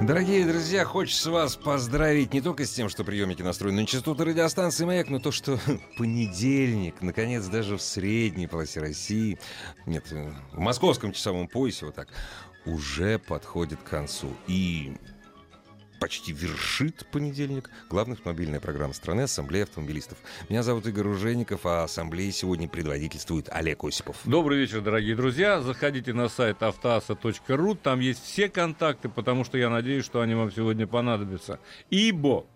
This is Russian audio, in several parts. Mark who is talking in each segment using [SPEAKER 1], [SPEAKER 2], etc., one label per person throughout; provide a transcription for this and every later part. [SPEAKER 1] Дорогие друзья, хочется вас поздравить не только с тем, что приемники настроены на частоту радиостанции «Маяк», но то, что понедельник, наконец, даже в средней полосе России, нет, в московском часовом поясе вот так, уже подходит к концу. И почти вершит понедельник главная автомобильная программа страны Ассамблея автомобилистов. Меня зовут Игорь Ружеников, а Ассамблеи сегодня предводительствует Олег Осипов.
[SPEAKER 2] Добрый вечер, дорогие друзья. Заходите на сайт автоаса.ру. Там есть все контакты, потому что я надеюсь, что они вам сегодня понадобятся. Ибо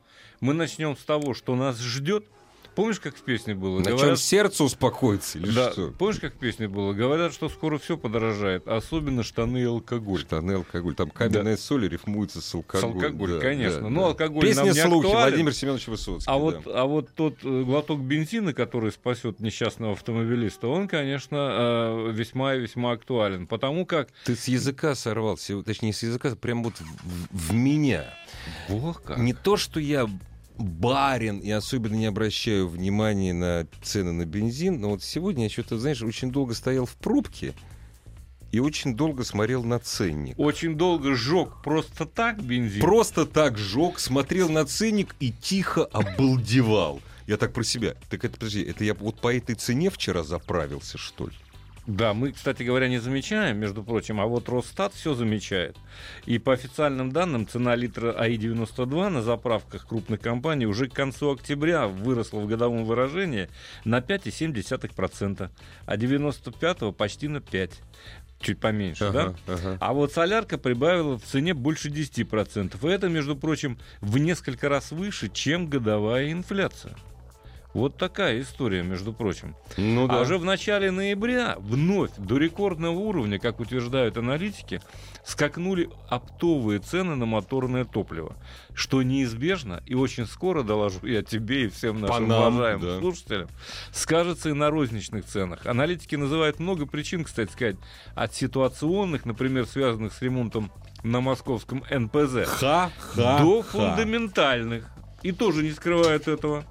[SPEAKER 2] мы начнем с того, что нас ждет. Помнишь, как в песне было?
[SPEAKER 1] На чем сердце успокоится или
[SPEAKER 2] Да.
[SPEAKER 1] что?
[SPEAKER 2] Помнишь, как в песне было? Говорят, что скоро все подорожает, особенно штаны и алкоголь.
[SPEAKER 1] Штаны, алкоголь. Там каменная соль рифмуется с алкоголем.
[SPEAKER 2] С алкоголь,
[SPEAKER 1] да,
[SPEAKER 2] конечно.
[SPEAKER 1] да,
[SPEAKER 2] Ну,
[SPEAKER 1] да.
[SPEAKER 2] алкоголь
[SPEAKER 1] Песня
[SPEAKER 2] нам не
[SPEAKER 1] «Слухи»
[SPEAKER 2] актуален.
[SPEAKER 1] Владимир Семенович Высоцкий.
[SPEAKER 2] А
[SPEAKER 1] да.
[SPEAKER 2] вот, а вот тот э, глоток бензина, который спасет несчастного автомобилиста, он, конечно, э, весьма и весьма актуален. Потому как...
[SPEAKER 1] Ты с языка сорвался, точнее, с языка, прям вот в, в меня. Не то, что я барин и особенно не обращаю внимания на цены на бензин, но вот сегодня я что-то, знаешь, очень долго стоял в пробке и очень долго смотрел на ценник.
[SPEAKER 2] Очень долго жег просто так бензин.
[SPEAKER 1] Просто так жег, смотрел на ценник и тихо обалдевал. Я так про себя. Так это, подожди, это я вот по этой цене вчера заправился, что ли?
[SPEAKER 2] Да, мы, кстати говоря, не замечаем, между прочим, а вот Росстат все замечает. И по официальным данным, цена литра АИ-92 на заправках крупных компаний уже к концу октября выросла в годовом выражении на 5,7%, а 95 почти на 5%. Чуть поменьше, да?
[SPEAKER 1] Ага, ага.
[SPEAKER 2] А вот солярка прибавила в цене больше 10%. И это, между прочим, в несколько раз выше, чем годовая инфляция. Вот такая история, между прочим.
[SPEAKER 1] Ну
[SPEAKER 2] А уже в начале ноября вновь до рекордного уровня, как утверждают аналитики, скакнули оптовые цены на моторное топливо, что неизбежно и очень скоро, доложу я тебе и всем нашим
[SPEAKER 1] нам,
[SPEAKER 2] уважаемым
[SPEAKER 1] да.
[SPEAKER 2] слушателям, скажется и на розничных ценах. Аналитики называют много причин, кстати сказать, от ситуационных, например, связанных с ремонтом на московском НПЗ,
[SPEAKER 1] Ха-ха.
[SPEAKER 2] до фундаментальных. И тоже не скрывают этого.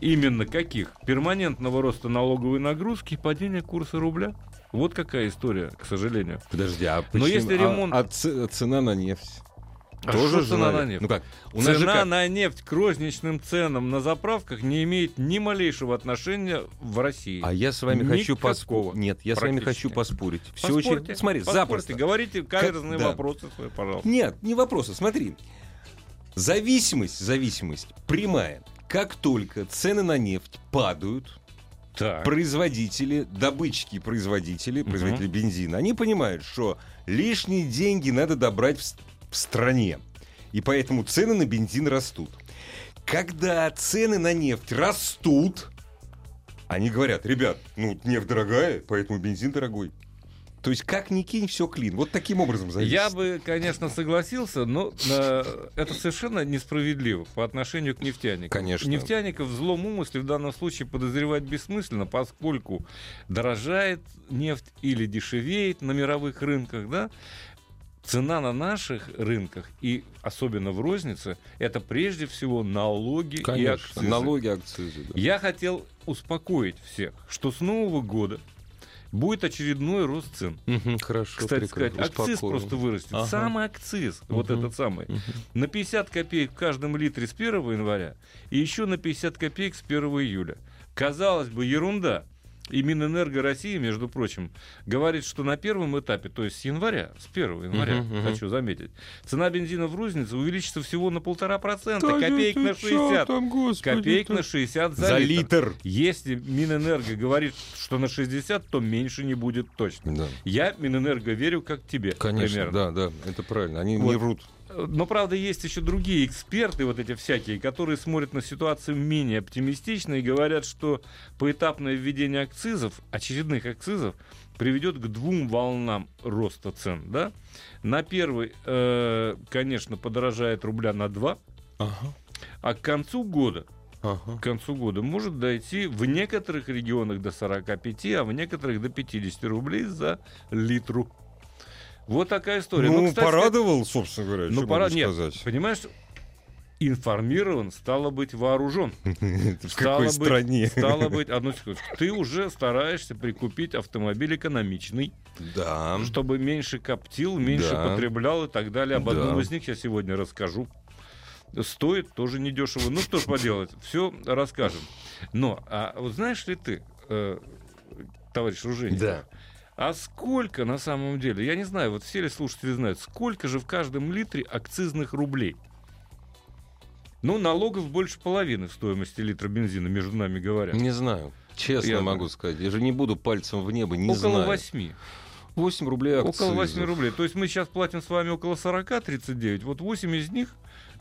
[SPEAKER 2] Именно каких? Перманентного роста налоговой нагрузки и падения курса рубля. Вот какая история, к сожалению.
[SPEAKER 1] Подожди, а почему?
[SPEAKER 2] Но если
[SPEAKER 1] а-
[SPEAKER 2] ремонт-
[SPEAKER 1] А, ц- цена на нефть?
[SPEAKER 2] А
[SPEAKER 1] Тоже
[SPEAKER 2] что цена
[SPEAKER 1] знали?
[SPEAKER 2] на нефть?
[SPEAKER 1] Ну как? У нас же
[SPEAKER 2] Цена
[SPEAKER 1] как?
[SPEAKER 2] на нефть к розничным ценам на заправках не имеет ни малейшего отношения в России.
[SPEAKER 1] А я с вами хочу
[SPEAKER 2] Никакого.
[SPEAKER 1] поспорить. Нет, я с вами хочу поспорить. Все
[SPEAKER 2] Поспорьте,
[SPEAKER 1] очень. Смотри,
[SPEAKER 2] поспорьте,
[SPEAKER 1] запросто.
[SPEAKER 2] Говорите каверзные
[SPEAKER 1] да.
[SPEAKER 2] вопросы свои, пожалуйста.
[SPEAKER 1] Нет, не вопросы. Смотри. Зависимость, зависимость прямая. Как только цены на нефть падают,
[SPEAKER 2] Так.
[SPEAKER 1] производители, добытчики и производители,
[SPEAKER 2] Мгм.
[SPEAKER 1] производители бензина, они понимают, что лишние деньги надо добрать в, с- в стране. И поэтому цены на бензин растут. Когда цены на нефть растут, они говорят, ребят, ну нефть дорогая, поэтому бензин дорогой. То есть как ни кинь, все клин. Вот таким образом зависит.
[SPEAKER 2] Я бы, конечно, согласился, но э, это совершенно несправедливо по отношению к нефтяникам.
[SPEAKER 1] Конечно.
[SPEAKER 2] Нефтяников в злом умысле в данном случае подозревать бессмысленно, поскольку дорожает нефть или дешевеет на мировых рынках, да? Цена на наших рынках и особенно в рознице это прежде всего налоги и акцизы.
[SPEAKER 1] Налоги, акцизы. да.
[SPEAKER 2] Я хотел успокоить всех, что с нового года будет очередной рост цен.
[SPEAKER 1] Мгм, хорошо.
[SPEAKER 2] Кстати
[SPEAKER 1] прекрасно.
[SPEAKER 2] сказать, акциз
[SPEAKER 1] Успокоил.
[SPEAKER 2] просто вырастет.
[SPEAKER 1] Ага.
[SPEAKER 2] Самый акциз, вот
[SPEAKER 1] Мгм.
[SPEAKER 2] этот самый.
[SPEAKER 1] Мгм.
[SPEAKER 2] На 50 копеек в каждом литре с 1 января и еще на 50 копеек с 1 июля. Казалось бы, ерунда. И Минэнерго России, между прочим, говорит, что на первом этапе, то есть с января, с 1 января,
[SPEAKER 1] Мгм, мгм.
[SPEAKER 2] хочу заметить, цена бензина в рознице увеличится всего на полтора процента,
[SPEAKER 1] Да
[SPEAKER 2] копеек
[SPEAKER 1] ты
[SPEAKER 2] на
[SPEAKER 1] чё
[SPEAKER 2] 60,
[SPEAKER 1] там, господи,
[SPEAKER 2] копеек
[SPEAKER 1] ты?
[SPEAKER 2] на 60 за,
[SPEAKER 1] за
[SPEAKER 2] литр.
[SPEAKER 1] литр.
[SPEAKER 2] Если Минэнерго говорит, что на 60, то меньше не будет точно.
[SPEAKER 1] Да.
[SPEAKER 2] Я Минэнерго верю, как тебе,
[SPEAKER 1] Конечно,
[SPEAKER 2] примерно.
[SPEAKER 1] да, да, это правильно. Они
[SPEAKER 2] Вот.
[SPEAKER 1] не врут.
[SPEAKER 2] Но, правда, есть еще другие эксперты, вот эти всякие, которые смотрят на ситуацию менее оптимистично и говорят, что поэтапное введение акцизов, очередных акцизов, приведет к двум волнам роста цен. Да? На первый, э, конечно, подорожает рубля на 2,
[SPEAKER 1] Ага.
[SPEAKER 2] А к концу года
[SPEAKER 1] Ага.
[SPEAKER 2] к концу года может дойти в некоторых регионах до 45, а в некоторых до 50 рублей за литру. Вот такая история.
[SPEAKER 1] Ну,
[SPEAKER 2] кстати,
[SPEAKER 1] порадовал, собственно говоря,
[SPEAKER 2] ну,
[SPEAKER 1] что
[SPEAKER 2] пора-
[SPEAKER 1] могу
[SPEAKER 2] нет,
[SPEAKER 1] сказать.
[SPEAKER 2] Понимаешь, информирован, стало быть, вооружен.
[SPEAKER 1] В
[SPEAKER 2] Стало
[SPEAKER 1] какой
[SPEAKER 2] быть,
[SPEAKER 1] стране?
[SPEAKER 2] Стало быть, одну секундочку, ты уже стараешься прикупить автомобиль экономичный,
[SPEAKER 1] Да.
[SPEAKER 2] чтобы меньше коптил, меньше
[SPEAKER 1] Да.
[SPEAKER 2] потреблял и так далее. Об одном
[SPEAKER 1] Да.
[SPEAKER 2] из них я сегодня расскажу. Стоит тоже недешево. Ну что ж поделать, все расскажем. Но, а вот знаешь ли ты, э, товарищ Руженик,
[SPEAKER 1] Да.
[SPEAKER 2] а сколько на самом деле, я не знаю, вот все ли слушатели знают, сколько же в каждом литре акцизных рублей? Ну, налогов больше половины в стоимости литра бензина, между нами говоря.
[SPEAKER 1] Не знаю. Честно
[SPEAKER 2] Я
[SPEAKER 1] могу сказать. Я же не буду пальцем в небо, не
[SPEAKER 2] Около
[SPEAKER 1] знаю.
[SPEAKER 2] восьми.
[SPEAKER 1] 8 рублей
[SPEAKER 2] Около 8
[SPEAKER 1] акцизов.
[SPEAKER 2] рублей. То есть мы сейчас платим с вами около 40-39. Вот 8 из них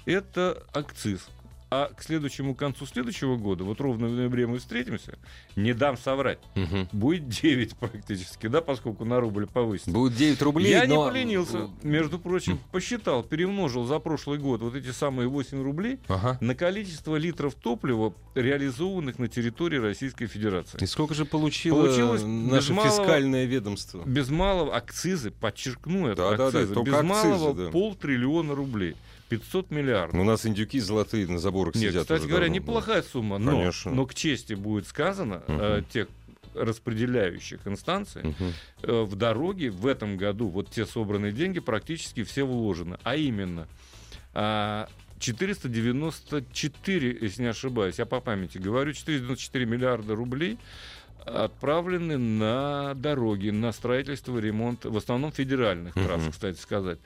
[SPEAKER 2] это акциз. А к следующему к концу следующего года, вот ровно в ноябре мы встретимся, не дам соврать,
[SPEAKER 1] Мгм.
[SPEAKER 2] будет 9 практически, да, поскольку на рубль повысится.
[SPEAKER 1] Будет 9 рублей,
[SPEAKER 2] Я
[SPEAKER 1] но-
[SPEAKER 2] не поленился, между прочим, посчитал, перемножил за прошлый год вот эти самые 8 рублей
[SPEAKER 1] Ага.
[SPEAKER 2] на количество литров топлива, реализованных на территории Российской Федерации.
[SPEAKER 1] И сколько же получило
[SPEAKER 2] Получилось
[SPEAKER 1] наше
[SPEAKER 2] без малого-
[SPEAKER 1] фискальное ведомство?
[SPEAKER 2] Без малого акцизы, подчеркну это,
[SPEAKER 1] Да-да-да,
[SPEAKER 2] акцизы,
[SPEAKER 1] только
[SPEAKER 2] без
[SPEAKER 1] акцизы,
[SPEAKER 2] малого
[SPEAKER 1] да.
[SPEAKER 2] полтриллиона рублей, 500 миллиардов.
[SPEAKER 1] У нас индюки золотые на заборах
[SPEAKER 2] Нет,
[SPEAKER 1] Ну, сидят.
[SPEAKER 2] кстати
[SPEAKER 1] уже
[SPEAKER 2] говоря,
[SPEAKER 1] давно.
[SPEAKER 2] неплохая сумма, но,
[SPEAKER 1] Конечно.
[SPEAKER 2] но к чести будет сказано
[SPEAKER 1] Мгм.
[SPEAKER 2] э, тех распределяющих инстанций,
[SPEAKER 1] Мгм.
[SPEAKER 2] э, в дороге в этом году вот те собранные деньги практически все вложены. А именно, а, 494, если не ошибаюсь, я по памяти говорю, 494 миллиарда рублей отправлены на дороги, на строительство, ремонт, в основном федеральных
[SPEAKER 1] Мгм.
[SPEAKER 2] трасс, кстати сказать.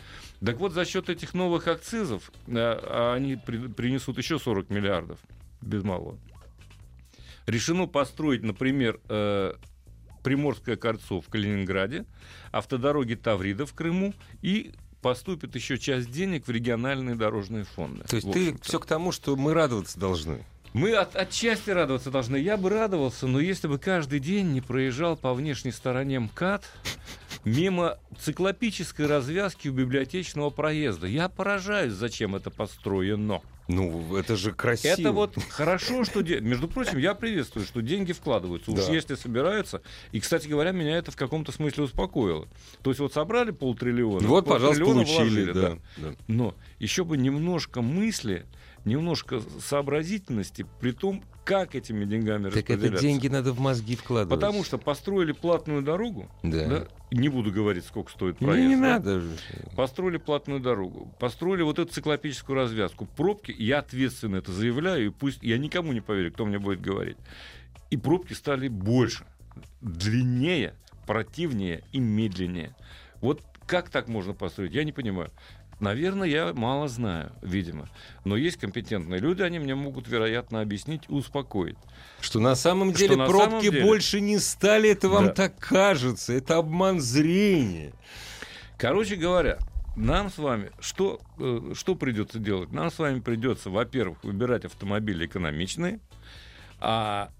[SPEAKER 2] Так вот, за счет этих новых акцизов э, а они при- принесут еще 40 миллиардов, без малого. Решено построить, например, э, Приморское кольцо в Калининграде, автодороги Таврида в Крыму и поступит еще часть денег в региональные дорожные фонды.
[SPEAKER 1] То есть
[SPEAKER 2] В
[SPEAKER 1] ты
[SPEAKER 2] общем-то.
[SPEAKER 1] все к тому, что мы радоваться должны.
[SPEAKER 2] Мы от, отчасти радоваться должны. Я бы радовался, но если бы каждый день не проезжал по внешней стороне МКАД мимо циклопической развязки у библиотечного проезда. Я поражаюсь, зачем это построено.
[SPEAKER 1] Ну, это же красиво.
[SPEAKER 2] Это вот хорошо, что... де- Между прочим, я приветствую, что деньги вкладываются. Уж
[SPEAKER 1] Да.
[SPEAKER 2] если собираются. И, кстати говоря, меня это в каком-то смысле успокоило. То есть вот собрали полтриллиона.
[SPEAKER 1] Ну Вот, пожалуйста,
[SPEAKER 2] полтриллиона
[SPEAKER 1] получили.
[SPEAKER 2] вложили, да.
[SPEAKER 1] Да, да.
[SPEAKER 2] Но еще бы немножко мысли, немножко сообразительности при том, как этими деньгами
[SPEAKER 1] Так это
[SPEAKER 2] распределяться.
[SPEAKER 1] деньги надо в мозги вкладывать.
[SPEAKER 2] Потому что построили платную дорогу,
[SPEAKER 1] Да.
[SPEAKER 2] да, не буду говорить, сколько стоит
[SPEAKER 1] Ну,
[SPEAKER 2] проезд.
[SPEAKER 1] не
[SPEAKER 2] да.
[SPEAKER 1] надо же.
[SPEAKER 2] Построили платную дорогу, построили вот эту циклопическую развязку. Пробки, я ответственно это заявляю, и пусть я никому не поверю, кто мне будет говорить. И пробки стали больше, длиннее, противнее и медленнее. Вот как так можно построить, я не понимаю. Наверное, я мало знаю, видимо. Но есть компетентные люди, они мне могут, вероятно, объяснить и успокоить.
[SPEAKER 1] Что на самом
[SPEAKER 2] Что
[SPEAKER 1] деле
[SPEAKER 2] на
[SPEAKER 1] пробки
[SPEAKER 2] самом деле-
[SPEAKER 1] больше не стали, это вам
[SPEAKER 2] Да.
[SPEAKER 1] так кажется. Это обман зрения.
[SPEAKER 2] Короче говоря, нам с вами что, э, что придется делать? Нам с вами придется, во-первых, выбирать автомобили экономичные, а,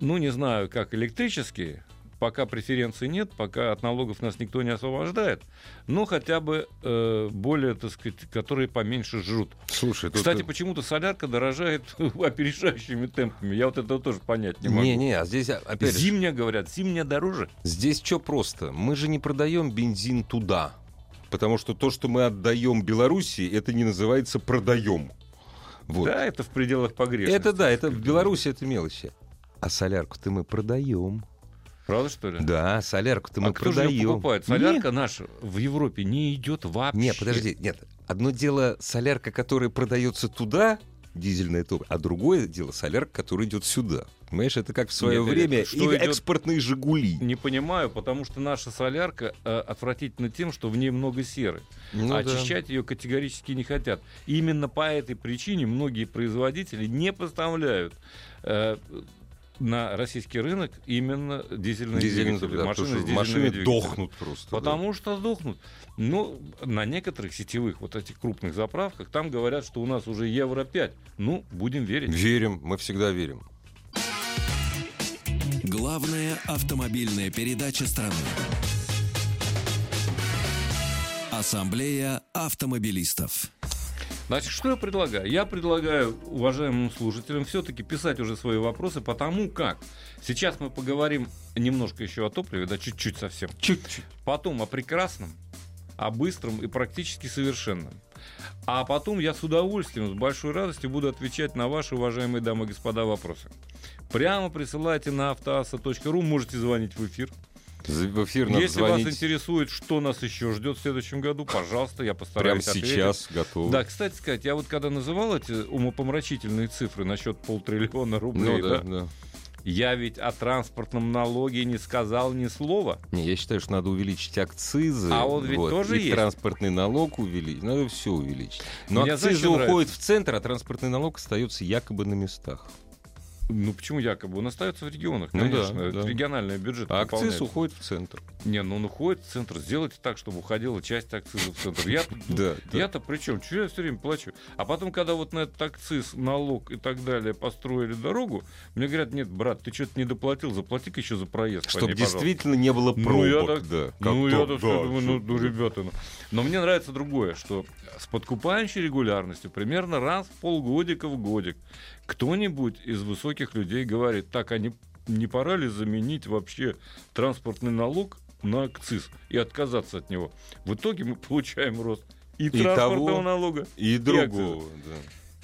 [SPEAKER 2] ну, не знаю, как электрические, пока преференций нет, пока от налогов нас никто не освобождает, но хотя бы э, более, так сказать, которые поменьше жрут.
[SPEAKER 1] Слушай,
[SPEAKER 2] Кстати, почему-то солярка дорожает опережающими темпами. Я вот этого тоже понять не могу.
[SPEAKER 1] Не-не, а здесь а, опять же,
[SPEAKER 2] Зимняя, говорят, зимняя дороже.
[SPEAKER 1] Здесь что просто? Мы же не продаем бензин туда. Потому что то, что мы отдаем Белоруссии, это не называется продаем. Вот.
[SPEAKER 2] Да, это в пределах погрешности.
[SPEAKER 1] это да, это в Беларуси это мелочи. А солярку-то мы продаем.
[SPEAKER 2] Правда, что ли?
[SPEAKER 1] Да, солярку-то мы
[SPEAKER 2] а кто же
[SPEAKER 1] продаем.
[SPEAKER 2] ее покупает? Солярка наша в Европе не идет вообще.
[SPEAKER 1] Не, не, подожди, нет. Одно дело солярка, которая продается туда, дизельное топливо, а другое дело солярка, которая идет сюда. Понимаешь, это как в свое
[SPEAKER 2] Нет,
[SPEAKER 1] время
[SPEAKER 2] что
[SPEAKER 1] и
[SPEAKER 2] идет-
[SPEAKER 1] экспортные Жигули.
[SPEAKER 2] Не понимаю, потому что наша солярка э, отвратительна тем, что в ней много серы.
[SPEAKER 1] Ну
[SPEAKER 2] а
[SPEAKER 1] да.
[SPEAKER 2] очищать ее категорически не хотят. И именно по этой причине многие производители не поставляют э, на российский рынок именно дизельные
[SPEAKER 1] Дизельное
[SPEAKER 2] двигатели,
[SPEAKER 1] топливо, да,
[SPEAKER 2] машины
[SPEAKER 1] потому
[SPEAKER 2] с
[SPEAKER 1] что
[SPEAKER 2] дизельными
[SPEAKER 1] машины
[SPEAKER 2] двигателями.
[SPEAKER 1] дохнут просто. да.
[SPEAKER 2] Потому что сдохнут. Ну, на некоторых сетевых вот этих крупных заправках там говорят, что у нас уже евро 5. Ну, будем верить.
[SPEAKER 1] Верим, мы всегда верим.
[SPEAKER 3] Главная автомобильная передача страны. Ассамблея автомобилистов.
[SPEAKER 2] Значит, что я предлагаю? Я предлагаю уважаемым слушателям все-таки писать уже свои вопросы, потому как сейчас мы поговорим немножко еще о топливе, да, чуть-чуть совсем.
[SPEAKER 4] Чуть-чуть.
[SPEAKER 2] Потом о прекрасном, о быстром и практически совершенном. А потом я с удовольствием, с большой радостью буду отвечать на ваши, уважаемые дамы и господа, вопросы. Прямо присылайте на автоаса.ру, можете звонить в эфир.
[SPEAKER 1] З- В эфир надо
[SPEAKER 2] Если
[SPEAKER 1] звонить
[SPEAKER 2] вас интересует, что нас еще ждет в следующем году, пожалуйста, я
[SPEAKER 1] прямо
[SPEAKER 2] постараюсь ответить.
[SPEAKER 1] сейчас, готов.
[SPEAKER 2] Да, кстати сказать, я вот когда называл эти умопомрачительные цифры насчет полтриллиона рублей,
[SPEAKER 1] ну да,
[SPEAKER 2] да,
[SPEAKER 1] да.
[SPEAKER 2] я ведь о транспортном налоге не сказал ни слова.
[SPEAKER 1] Не, я считаю, что надо увеличить акцизы.
[SPEAKER 2] А он ведь
[SPEAKER 1] вот,
[SPEAKER 2] тоже
[SPEAKER 1] и
[SPEAKER 2] есть.
[SPEAKER 1] транспортный налог увеличить. Надо все увеличить. Но
[SPEAKER 2] Мне знаешь,
[SPEAKER 1] акцизы
[SPEAKER 2] что нравится?
[SPEAKER 1] уходят в центр, а транспортный налог остается якобы на местах. А
[SPEAKER 2] Ну почему якобы? Он остается в регионах,
[SPEAKER 1] Ну да,
[SPEAKER 2] конечно. это
[SPEAKER 1] да.
[SPEAKER 2] Региональный бюджет.
[SPEAKER 1] А акциз
[SPEAKER 2] пополняется.
[SPEAKER 1] уходит в центр.
[SPEAKER 2] Не, ну он уходит в центр. Сделайте так, чтобы уходила часть акциза в центр. Ну, Я
[SPEAKER 1] Да, да.
[SPEAKER 2] Я-то при чем? Чего я все время плачу? А потом, когда вот на этот акциз, налог и так далее построили дорогу, мне говорят, нет, брат, ты что-то не доплатил, заплати-ка еще за проезд. по
[SPEAKER 1] Чтобы
[SPEAKER 2] ней, пожалуйста».
[SPEAKER 1] действительно не было
[SPEAKER 2] Ну,
[SPEAKER 1] пробок.
[SPEAKER 2] я так-
[SPEAKER 1] да. Как
[SPEAKER 2] Ну, я
[SPEAKER 1] то-
[SPEAKER 2] так
[SPEAKER 1] да,
[SPEAKER 2] сказать, думаю, ну,
[SPEAKER 1] всё.
[SPEAKER 2] ну, ребята, ну. Но мне нравится другое, что с подкупающей регулярностью примерно раз в полгодика в годик кто-нибудь из высоких людей говорит, так, а не, не пора ли заменить вообще транспортный налог на акциз и отказаться от него? В итоге мы получаем рост и, транспортного
[SPEAKER 1] того.
[SPEAKER 2] налога,
[SPEAKER 1] И другого,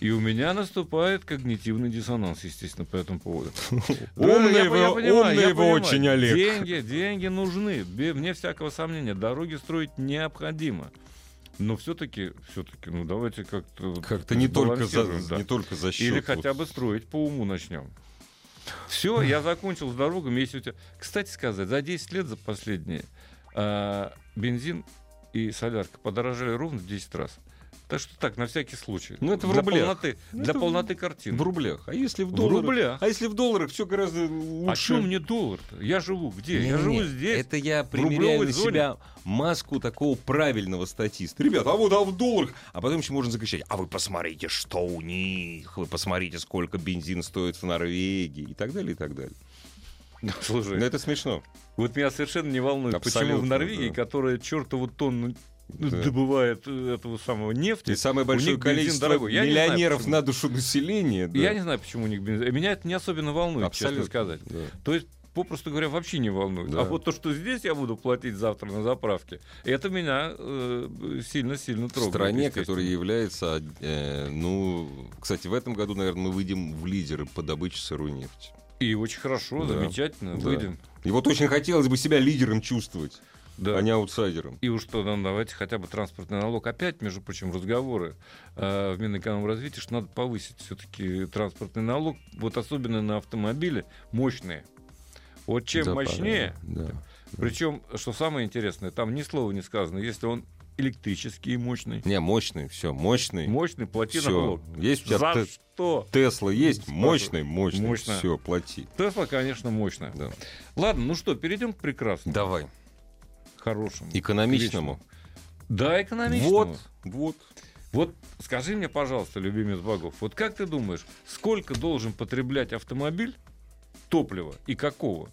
[SPEAKER 2] и у меня наступает когнитивный диссонанс, естественно, по этому поводу.
[SPEAKER 1] да. Умный вы, умный вы очень, Олег.
[SPEAKER 2] Деньги, деньги нужны. Бе- Вне всякого сомнения, дороги строить необходимо. Но все-таки, все-таки, ну давайте как-то...
[SPEAKER 1] Как-то не только, за,
[SPEAKER 2] балансируем, да.
[SPEAKER 1] не только за счет.
[SPEAKER 2] Или хотя бы строить по уму начнем. Все, я закончил с дорогами. Если у тебя... Кстати сказать, за 10 лет за последние а, бензин и солярка подорожали ровно в 10 раз. Так что так, на всякий случай.
[SPEAKER 1] Ну, это в
[SPEAKER 2] для
[SPEAKER 1] рублях.
[SPEAKER 2] полноты,
[SPEAKER 1] Ну,
[SPEAKER 2] для
[SPEAKER 1] это в-
[SPEAKER 2] полноты картины.
[SPEAKER 1] В рублях. А если в
[SPEAKER 2] В
[SPEAKER 1] долларах?
[SPEAKER 2] рублях.
[SPEAKER 1] А если в долларах все гораздо лучше.
[SPEAKER 2] А что мне доллар-то? Я живу где? я
[SPEAKER 1] Не-не-не,
[SPEAKER 2] живу здесь.
[SPEAKER 1] Это я
[SPEAKER 2] рублевой
[SPEAKER 1] примеряю на
[SPEAKER 2] зоне.
[SPEAKER 1] себя маску такого правильного статиста. Ребят, а вот а в долларах. А потом еще можно закричать, а вы посмотрите, что у них. Вы посмотрите, сколько бензин стоит в Норвегии. И так далее, и так далее.
[SPEAKER 2] Слушай,
[SPEAKER 1] Но это смешно.
[SPEAKER 2] вот меня совершенно не волнует, почему в
[SPEAKER 1] Абсолютно,
[SPEAKER 2] Норвегии,
[SPEAKER 1] да.
[SPEAKER 2] которая чертову тонну ну,
[SPEAKER 1] Да.
[SPEAKER 2] добывает э, этого самого нефти,
[SPEAKER 1] И самое
[SPEAKER 2] них
[SPEAKER 1] большое
[SPEAKER 2] бензин
[SPEAKER 1] количество
[SPEAKER 2] дорогой. Я не знаю,
[SPEAKER 1] миллионеров
[SPEAKER 2] почему.
[SPEAKER 1] на душу населения. да.
[SPEAKER 2] Я не знаю, почему у них бензин. Меня это не особенно волнует,
[SPEAKER 1] Абсолютно.
[SPEAKER 2] честно сказать.
[SPEAKER 1] Да.
[SPEAKER 2] То есть, попросту говоря, вообще не волнует.
[SPEAKER 1] Да.
[SPEAKER 2] А вот то, что здесь я буду платить завтра на заправке, это меня э, сильно-сильно
[SPEAKER 1] В
[SPEAKER 2] трогает.
[SPEAKER 1] стране,
[SPEAKER 2] естественно.
[SPEAKER 1] которая является, э, ну, кстати, в этом году, наверное, мы выйдем в лидеры по добыче сырой нефти.
[SPEAKER 2] И очень хорошо,
[SPEAKER 1] Да.
[SPEAKER 2] замечательно,
[SPEAKER 1] Да.
[SPEAKER 2] выйдем.
[SPEAKER 1] И вот очень хотелось бы себя лидером чувствовать,
[SPEAKER 2] Да.
[SPEAKER 1] а не аутсайдером.
[SPEAKER 2] И уж что, нам давайте хотя бы транспортный налог. Опять, между прочим, разговоры э, в Минэкономразвитии, что надо повысить все-таки транспортный налог, вот особенно на автомобили мощные. Вот чем
[SPEAKER 1] Да,
[SPEAKER 2] мощнее,
[SPEAKER 1] правильно, да.
[SPEAKER 2] причем, что самое интересное, там ни слова не сказано, если он электрический и мощный.
[SPEAKER 1] Не, мощный, все, мощный.
[SPEAKER 2] Мощный, плати
[SPEAKER 1] Всё.
[SPEAKER 2] налог.
[SPEAKER 1] Есть у тебя
[SPEAKER 2] За
[SPEAKER 1] Т-
[SPEAKER 2] что?
[SPEAKER 1] Тесла есть,
[SPEAKER 2] Спасибо.
[SPEAKER 1] мощный, мощный.
[SPEAKER 2] Мощно.
[SPEAKER 1] Все, плати.
[SPEAKER 2] Тесла, конечно, мощная.
[SPEAKER 1] Да.
[SPEAKER 2] Ладно, ну что, перейдем к прекрасному,
[SPEAKER 1] Давай.
[SPEAKER 2] хорошему.
[SPEAKER 1] Экономичному.
[SPEAKER 2] Да, экономичному.
[SPEAKER 1] Вот, вот.
[SPEAKER 2] Вот скажи мне, пожалуйста, любимец богов, вот как ты думаешь, сколько должен потреблять автомобиль топлива и какого,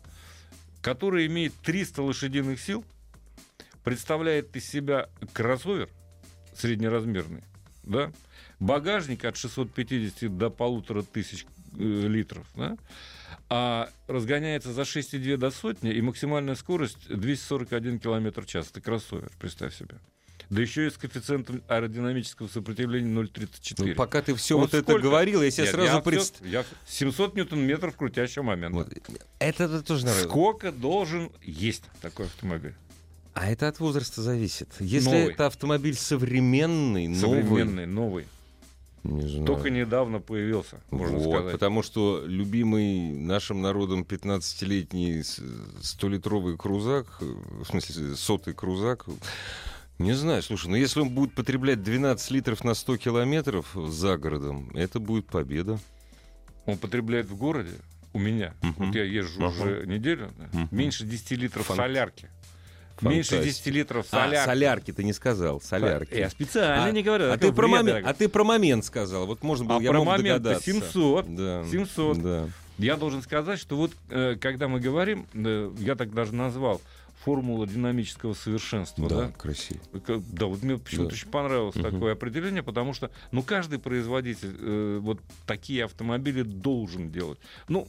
[SPEAKER 2] который имеет 300 лошадиных сил, представляет из себя кроссовер среднеразмерный, да, багажник от 650 до 1500 э, литров, да, а разгоняется за 6,2 до сотни, и максимальная скорость 241 км в час. Это кроссовер, представь себе. Да еще и с коэффициентом аэродинамического сопротивления 0,34.
[SPEAKER 1] Ну, пока ты все
[SPEAKER 2] Вот
[SPEAKER 1] вот, это
[SPEAKER 2] сколько?
[SPEAKER 1] говорил, я себе
[SPEAKER 2] Нет,
[SPEAKER 1] сразу
[SPEAKER 2] я всё-
[SPEAKER 1] представил.
[SPEAKER 2] я всё- 700 ньютон-метров крутящего момента.
[SPEAKER 1] Это тоже
[SPEAKER 2] Сколько должен есть такой автомобиль?
[SPEAKER 1] А это от возраста зависит. Если
[SPEAKER 2] Новый.
[SPEAKER 1] это автомобиль современный, новый,
[SPEAKER 2] Современный, новый.
[SPEAKER 1] не знаю.
[SPEAKER 2] Только недавно появился, можно
[SPEAKER 1] Вот,
[SPEAKER 2] сказать.
[SPEAKER 1] Потому что любимый нашим народом 15-летний с- 100-литровый крузак, э, в смысле сотый крузак, не знаю, слушай, но если он будет потреблять 12 литров на 100 километров за городом, это будет победа.
[SPEAKER 2] Он потребляет в городе, у меня,
[SPEAKER 1] Мгм.
[SPEAKER 2] вот я езжу
[SPEAKER 1] Ага.
[SPEAKER 2] уже неделю, да,
[SPEAKER 1] Мгм.
[SPEAKER 2] меньше 10 литров
[SPEAKER 1] Фан-
[SPEAKER 2] солярки. Меньше
[SPEAKER 1] Фантастика.
[SPEAKER 2] 10 литров
[SPEAKER 1] А,
[SPEAKER 2] солярки. э,
[SPEAKER 1] солярки ты не сказал, солярки.
[SPEAKER 2] Я специально
[SPEAKER 1] А-
[SPEAKER 2] не говорю.
[SPEAKER 1] а,
[SPEAKER 2] такой
[SPEAKER 1] ты про
[SPEAKER 2] бред,
[SPEAKER 1] момент,
[SPEAKER 2] дорогой.
[SPEAKER 1] а ты про момент сказал. Вот можно было,
[SPEAKER 2] А
[SPEAKER 1] я
[SPEAKER 2] про
[SPEAKER 1] мог
[SPEAKER 2] момент-то
[SPEAKER 1] догадаться.
[SPEAKER 2] 700.
[SPEAKER 1] Да.
[SPEAKER 2] 700.
[SPEAKER 1] Да.
[SPEAKER 2] Я должен сказать, что вот э, когда мы говорим, э, я так даже назвал формула динамического совершенства. Ну Да, да?
[SPEAKER 1] красиво.
[SPEAKER 2] К- Да, вот мне почему-то
[SPEAKER 1] Да.
[SPEAKER 2] очень понравилось
[SPEAKER 1] Мгм.
[SPEAKER 2] такое определение, потому что, ну, каждый производитель э, вот такие автомобили должен делать. Ну,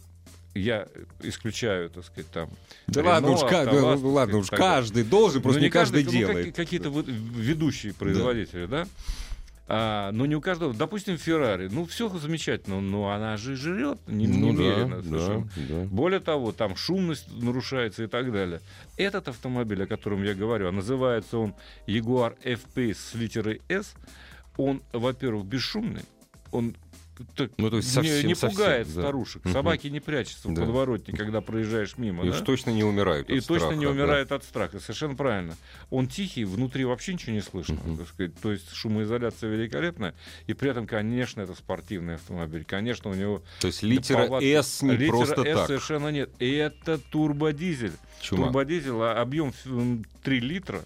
[SPEAKER 2] я исключаю, так сказать, там...
[SPEAKER 1] Да
[SPEAKER 2] Рено,
[SPEAKER 1] ладно уж, ка-
[SPEAKER 2] «Автоваз», так
[SPEAKER 1] ну, ладно уж,
[SPEAKER 2] так далее.
[SPEAKER 1] каждый должен, просто
[SPEAKER 2] Ну,
[SPEAKER 1] не каждый,
[SPEAKER 2] ну, как-
[SPEAKER 1] делает.
[SPEAKER 2] какие-то вот ведущие производители, да? А, но не у каждого. Допустим, Феррари. Ну, все замечательно, но она же жрет не, немерено совершенно.
[SPEAKER 1] Ну да.
[SPEAKER 2] Более того, там шумность нарушается и так далее. Этот автомобиль, о котором я говорю, а называется он Jaguar FP с литерой S, он, во-первых, бесшумный, он так
[SPEAKER 1] Ну, то есть
[SPEAKER 2] не-
[SPEAKER 1] совсем,
[SPEAKER 2] не,
[SPEAKER 1] совсем,
[SPEAKER 2] пугает
[SPEAKER 1] да.
[SPEAKER 2] старушек.
[SPEAKER 1] Мгм.
[SPEAKER 2] Собаки не прячутся в
[SPEAKER 1] Да.
[SPEAKER 2] подворотне, когда проезжаешь мимо.
[SPEAKER 1] И
[SPEAKER 2] да?
[SPEAKER 1] уж точно не умирают.
[SPEAKER 2] И
[SPEAKER 1] от
[SPEAKER 2] точно
[SPEAKER 1] страха,
[SPEAKER 2] не
[SPEAKER 1] да.
[SPEAKER 2] умирает от страха, совершенно правильно. Он тихий, внутри вообще ничего не слышно.
[SPEAKER 1] Мгм.
[SPEAKER 2] так сказать. То есть шумоизоляция великолепная. И при этом, конечно, это спортивный автомобиль. Конечно, у него
[SPEAKER 1] То есть литера
[SPEAKER 2] повадки.
[SPEAKER 1] S не
[SPEAKER 2] литера
[SPEAKER 1] просто
[SPEAKER 2] S
[SPEAKER 1] так.
[SPEAKER 2] совершенно нет. И это турбодизель.
[SPEAKER 1] Чума.
[SPEAKER 2] Турбодизель, а объем 3 литра.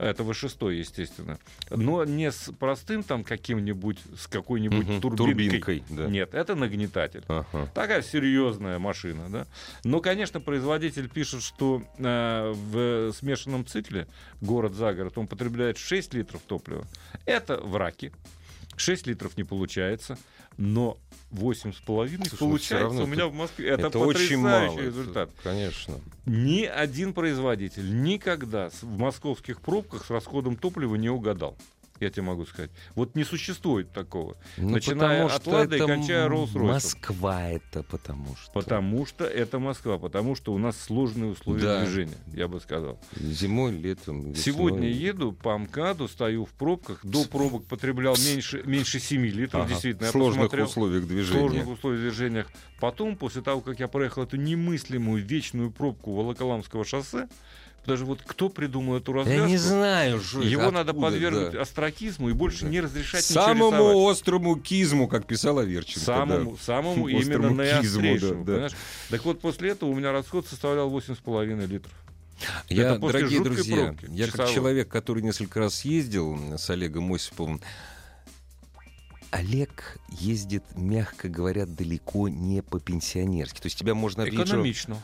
[SPEAKER 2] Это V6, естественно. Но не с простым там каким-нибудь, с какой-нибудь
[SPEAKER 1] Мгм,
[SPEAKER 2] турбинкой.
[SPEAKER 1] турбинкой, да.
[SPEAKER 2] Нет, это нагнетатель.
[SPEAKER 1] Ага.
[SPEAKER 2] Такая серьезная машина, да. Но, конечно, производитель пишет, что э, в смешанном цикле город за город он потребляет 6 литров топлива. Это враки. 6 литров не получается, но 8,5
[SPEAKER 1] Слушай, ну, всё
[SPEAKER 2] получается
[SPEAKER 1] равно
[SPEAKER 2] у меня
[SPEAKER 1] это-
[SPEAKER 2] в Москве. Это, потрясающий
[SPEAKER 1] очень мало.
[SPEAKER 2] результат.
[SPEAKER 1] Это, Конечно.
[SPEAKER 2] Ни один производитель никогда с- в московских пробках с расходом топлива не угадал. Я тебе могу сказать. Вот не существует такого.
[SPEAKER 1] Ну,
[SPEAKER 2] Начиная
[SPEAKER 1] потому
[SPEAKER 2] от
[SPEAKER 1] что
[SPEAKER 2] «Лады» и
[SPEAKER 1] это
[SPEAKER 2] кончая
[SPEAKER 1] м-
[SPEAKER 2] «Роллс-Ройсом».
[SPEAKER 1] Москва это потому что.
[SPEAKER 2] Потому что это Москва, потому что у нас сложные условия
[SPEAKER 1] Да.
[SPEAKER 2] движения, я бы сказал.
[SPEAKER 1] Зимой, летом, весной.
[SPEAKER 2] Сегодня еду по МКАДу, стою в пробках. До пробок потреблял меньше, меньше 7 литров,
[SPEAKER 1] Ага.
[SPEAKER 2] действительно.
[SPEAKER 1] В
[SPEAKER 2] я
[SPEAKER 1] сложных
[SPEAKER 2] посмотрел.
[SPEAKER 1] условиях
[SPEAKER 2] В
[SPEAKER 1] движения.
[SPEAKER 2] сложных условиях движения. Потом, после того, как я проехал эту немыслимую вечную пробку Волоколамского шоссе, даже вот кто придумал эту развязку,
[SPEAKER 1] Я не знаю, что это,
[SPEAKER 2] его надо
[SPEAKER 1] откуда,
[SPEAKER 2] подвергнуть
[SPEAKER 1] да.
[SPEAKER 2] остракизму и больше
[SPEAKER 1] Да.
[SPEAKER 2] не разрешать ничего рисовать.
[SPEAKER 1] Самому острому кизму, как писала Верченко.
[SPEAKER 2] Самому, самому
[SPEAKER 1] Типа, Острому кизму,
[SPEAKER 2] именно
[SPEAKER 1] да,
[SPEAKER 2] наиострейшему,
[SPEAKER 1] да.
[SPEAKER 2] понимаешь? Так вот, после этого у меня расход составлял 8,5 литров.
[SPEAKER 1] Я,
[SPEAKER 2] Это после
[SPEAKER 1] дорогие
[SPEAKER 2] жуткой
[SPEAKER 1] друзья,
[SPEAKER 2] пробки
[SPEAKER 1] я как
[SPEAKER 2] часовой.
[SPEAKER 1] человек, который несколько раз ездил с Олегом Осиповым, Олег ездит, мягко говоря, далеко не по-пенсионерски. То есть тебя можно объявить, что
[SPEAKER 2] Экономично.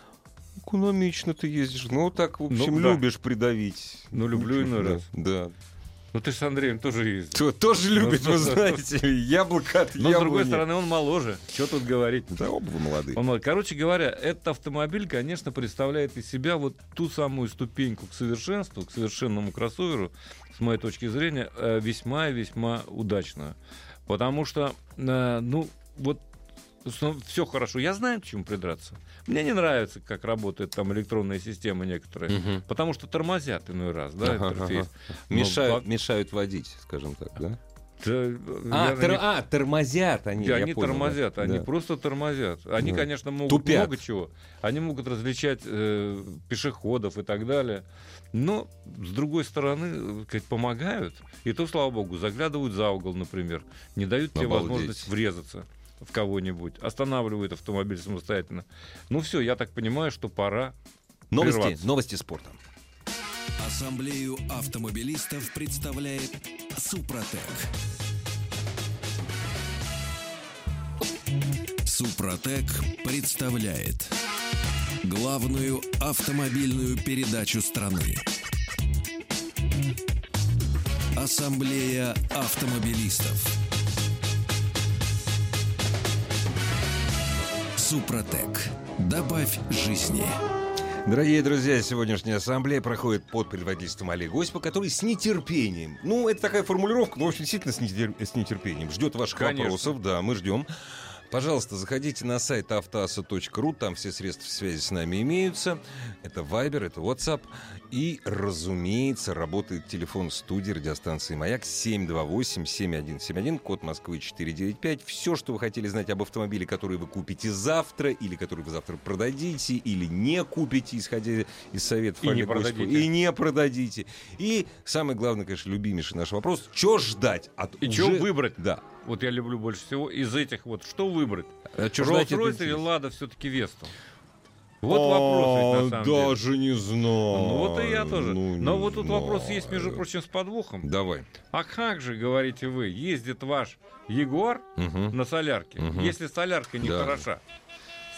[SPEAKER 1] экономично ты ездишь. Ну, так, в
[SPEAKER 2] Ну,
[SPEAKER 1] общем,
[SPEAKER 2] да.
[SPEAKER 1] любишь придавить.
[SPEAKER 2] Ну, люблю иной
[SPEAKER 1] Да,
[SPEAKER 2] раз.
[SPEAKER 1] Да.
[SPEAKER 2] Ну, ты с Андреем тоже ездил.
[SPEAKER 1] Кто тоже любит,
[SPEAKER 2] Ну,
[SPEAKER 1] вы
[SPEAKER 2] да.
[SPEAKER 1] знаете ли, яблоко от
[SPEAKER 2] Но, с другой
[SPEAKER 1] яблони.
[SPEAKER 2] стороны, он моложе. Что тут говорить?
[SPEAKER 1] Да оба вы молодые.
[SPEAKER 2] Он мол- Короче говоря, этот автомобиль, конечно, представляет из себя вот ту самую ступеньку к совершенству, к совершенному кроссоверу, с моей точки зрения, э, весьма и весьма удачную. Потому что, э, ну, вот все хорошо. Я знаю, к чему придраться. Мне не нравится, как работает там электронная система некоторые.
[SPEAKER 1] Мгм.
[SPEAKER 2] Потому что тормозят иной раз, да,
[SPEAKER 1] Ага,
[SPEAKER 2] интерфейс. Но
[SPEAKER 1] Мешают,
[SPEAKER 2] бак-
[SPEAKER 1] мешают водить, скажем так, да?
[SPEAKER 2] Да, э,
[SPEAKER 1] А,
[SPEAKER 2] я на
[SPEAKER 1] тор-
[SPEAKER 2] них-
[SPEAKER 1] а, тормозят они.
[SPEAKER 2] И
[SPEAKER 1] я
[SPEAKER 2] они
[SPEAKER 1] понял, да.
[SPEAKER 2] тормозят, они
[SPEAKER 1] Да.
[SPEAKER 2] просто тормозят. Они,
[SPEAKER 1] Да.
[SPEAKER 2] конечно, могут
[SPEAKER 1] Тупят.
[SPEAKER 2] много чего. Они могут различать э, пешеходов и так далее. Но, с другой стороны, э, как помогают. И то, слава богу, заглядывают за угол, например. Не дают тебе
[SPEAKER 1] Обалдеть.
[SPEAKER 2] возможность врезаться в кого-нибудь. Останавливают автомобиль самостоятельно. Ну все, я так понимаю, что пора.
[SPEAKER 1] Новости,
[SPEAKER 2] прерваться.
[SPEAKER 1] новости спорта.
[SPEAKER 3] Ассамблею автомобилистов представляет Супротек. Супротек представляет главную автомобильную передачу страны. Ассамблея автомобилистов. Супротек. Добавь жизни.
[SPEAKER 1] Дорогие друзья, сегодняшняя ассамблея проходит под предводительством Олега Осипа, который с нетерпением, ну, это такая формулировка, но в общем, действительно с, нетер- с нетерпением, ждет ваших
[SPEAKER 2] Конечно.
[SPEAKER 1] вопросов, да, мы ждем. Пожалуйста, заходите на сайт автоаса.ру, там все средства связи с нами имеются. Это Viber, это WhatsApp. И, разумеется, работает телефон студии радиостанции «Маяк» 728-7171, код Москвы 495. Все, что вы хотели знать об автомобиле, который вы купите завтра, или который вы завтра продадите, или не купите, исходя из советов
[SPEAKER 2] И не
[SPEAKER 1] Олега Осипова.
[SPEAKER 2] продадите.
[SPEAKER 1] И не продадите. И самый главный, конечно, любимейший наш вопрос. Чего ждать? От
[SPEAKER 2] И
[SPEAKER 1] уже-
[SPEAKER 2] чё выбрать?
[SPEAKER 1] Да.
[SPEAKER 2] Вот я люблю больше всего из этих вот. Что выбрать?
[SPEAKER 1] А чё ждать, это
[SPEAKER 2] Роллс-Ройс или
[SPEAKER 1] интересно.
[SPEAKER 2] Лада все-таки Веста? Вот вопрос ведь на самом деле.
[SPEAKER 1] даже не знаю.
[SPEAKER 2] Ну вот и я тоже.
[SPEAKER 1] А, Ну, не
[SPEAKER 2] Но вот тут вопрос
[SPEAKER 1] знаю.
[SPEAKER 2] есть, между прочим, с подвохом.
[SPEAKER 1] Давай.
[SPEAKER 2] А как же, говорите вы, ездит ваш Егор
[SPEAKER 1] Мгм.
[SPEAKER 2] на солярке,
[SPEAKER 1] Мгм.
[SPEAKER 2] если солярка не
[SPEAKER 1] Да.
[SPEAKER 2] хороша?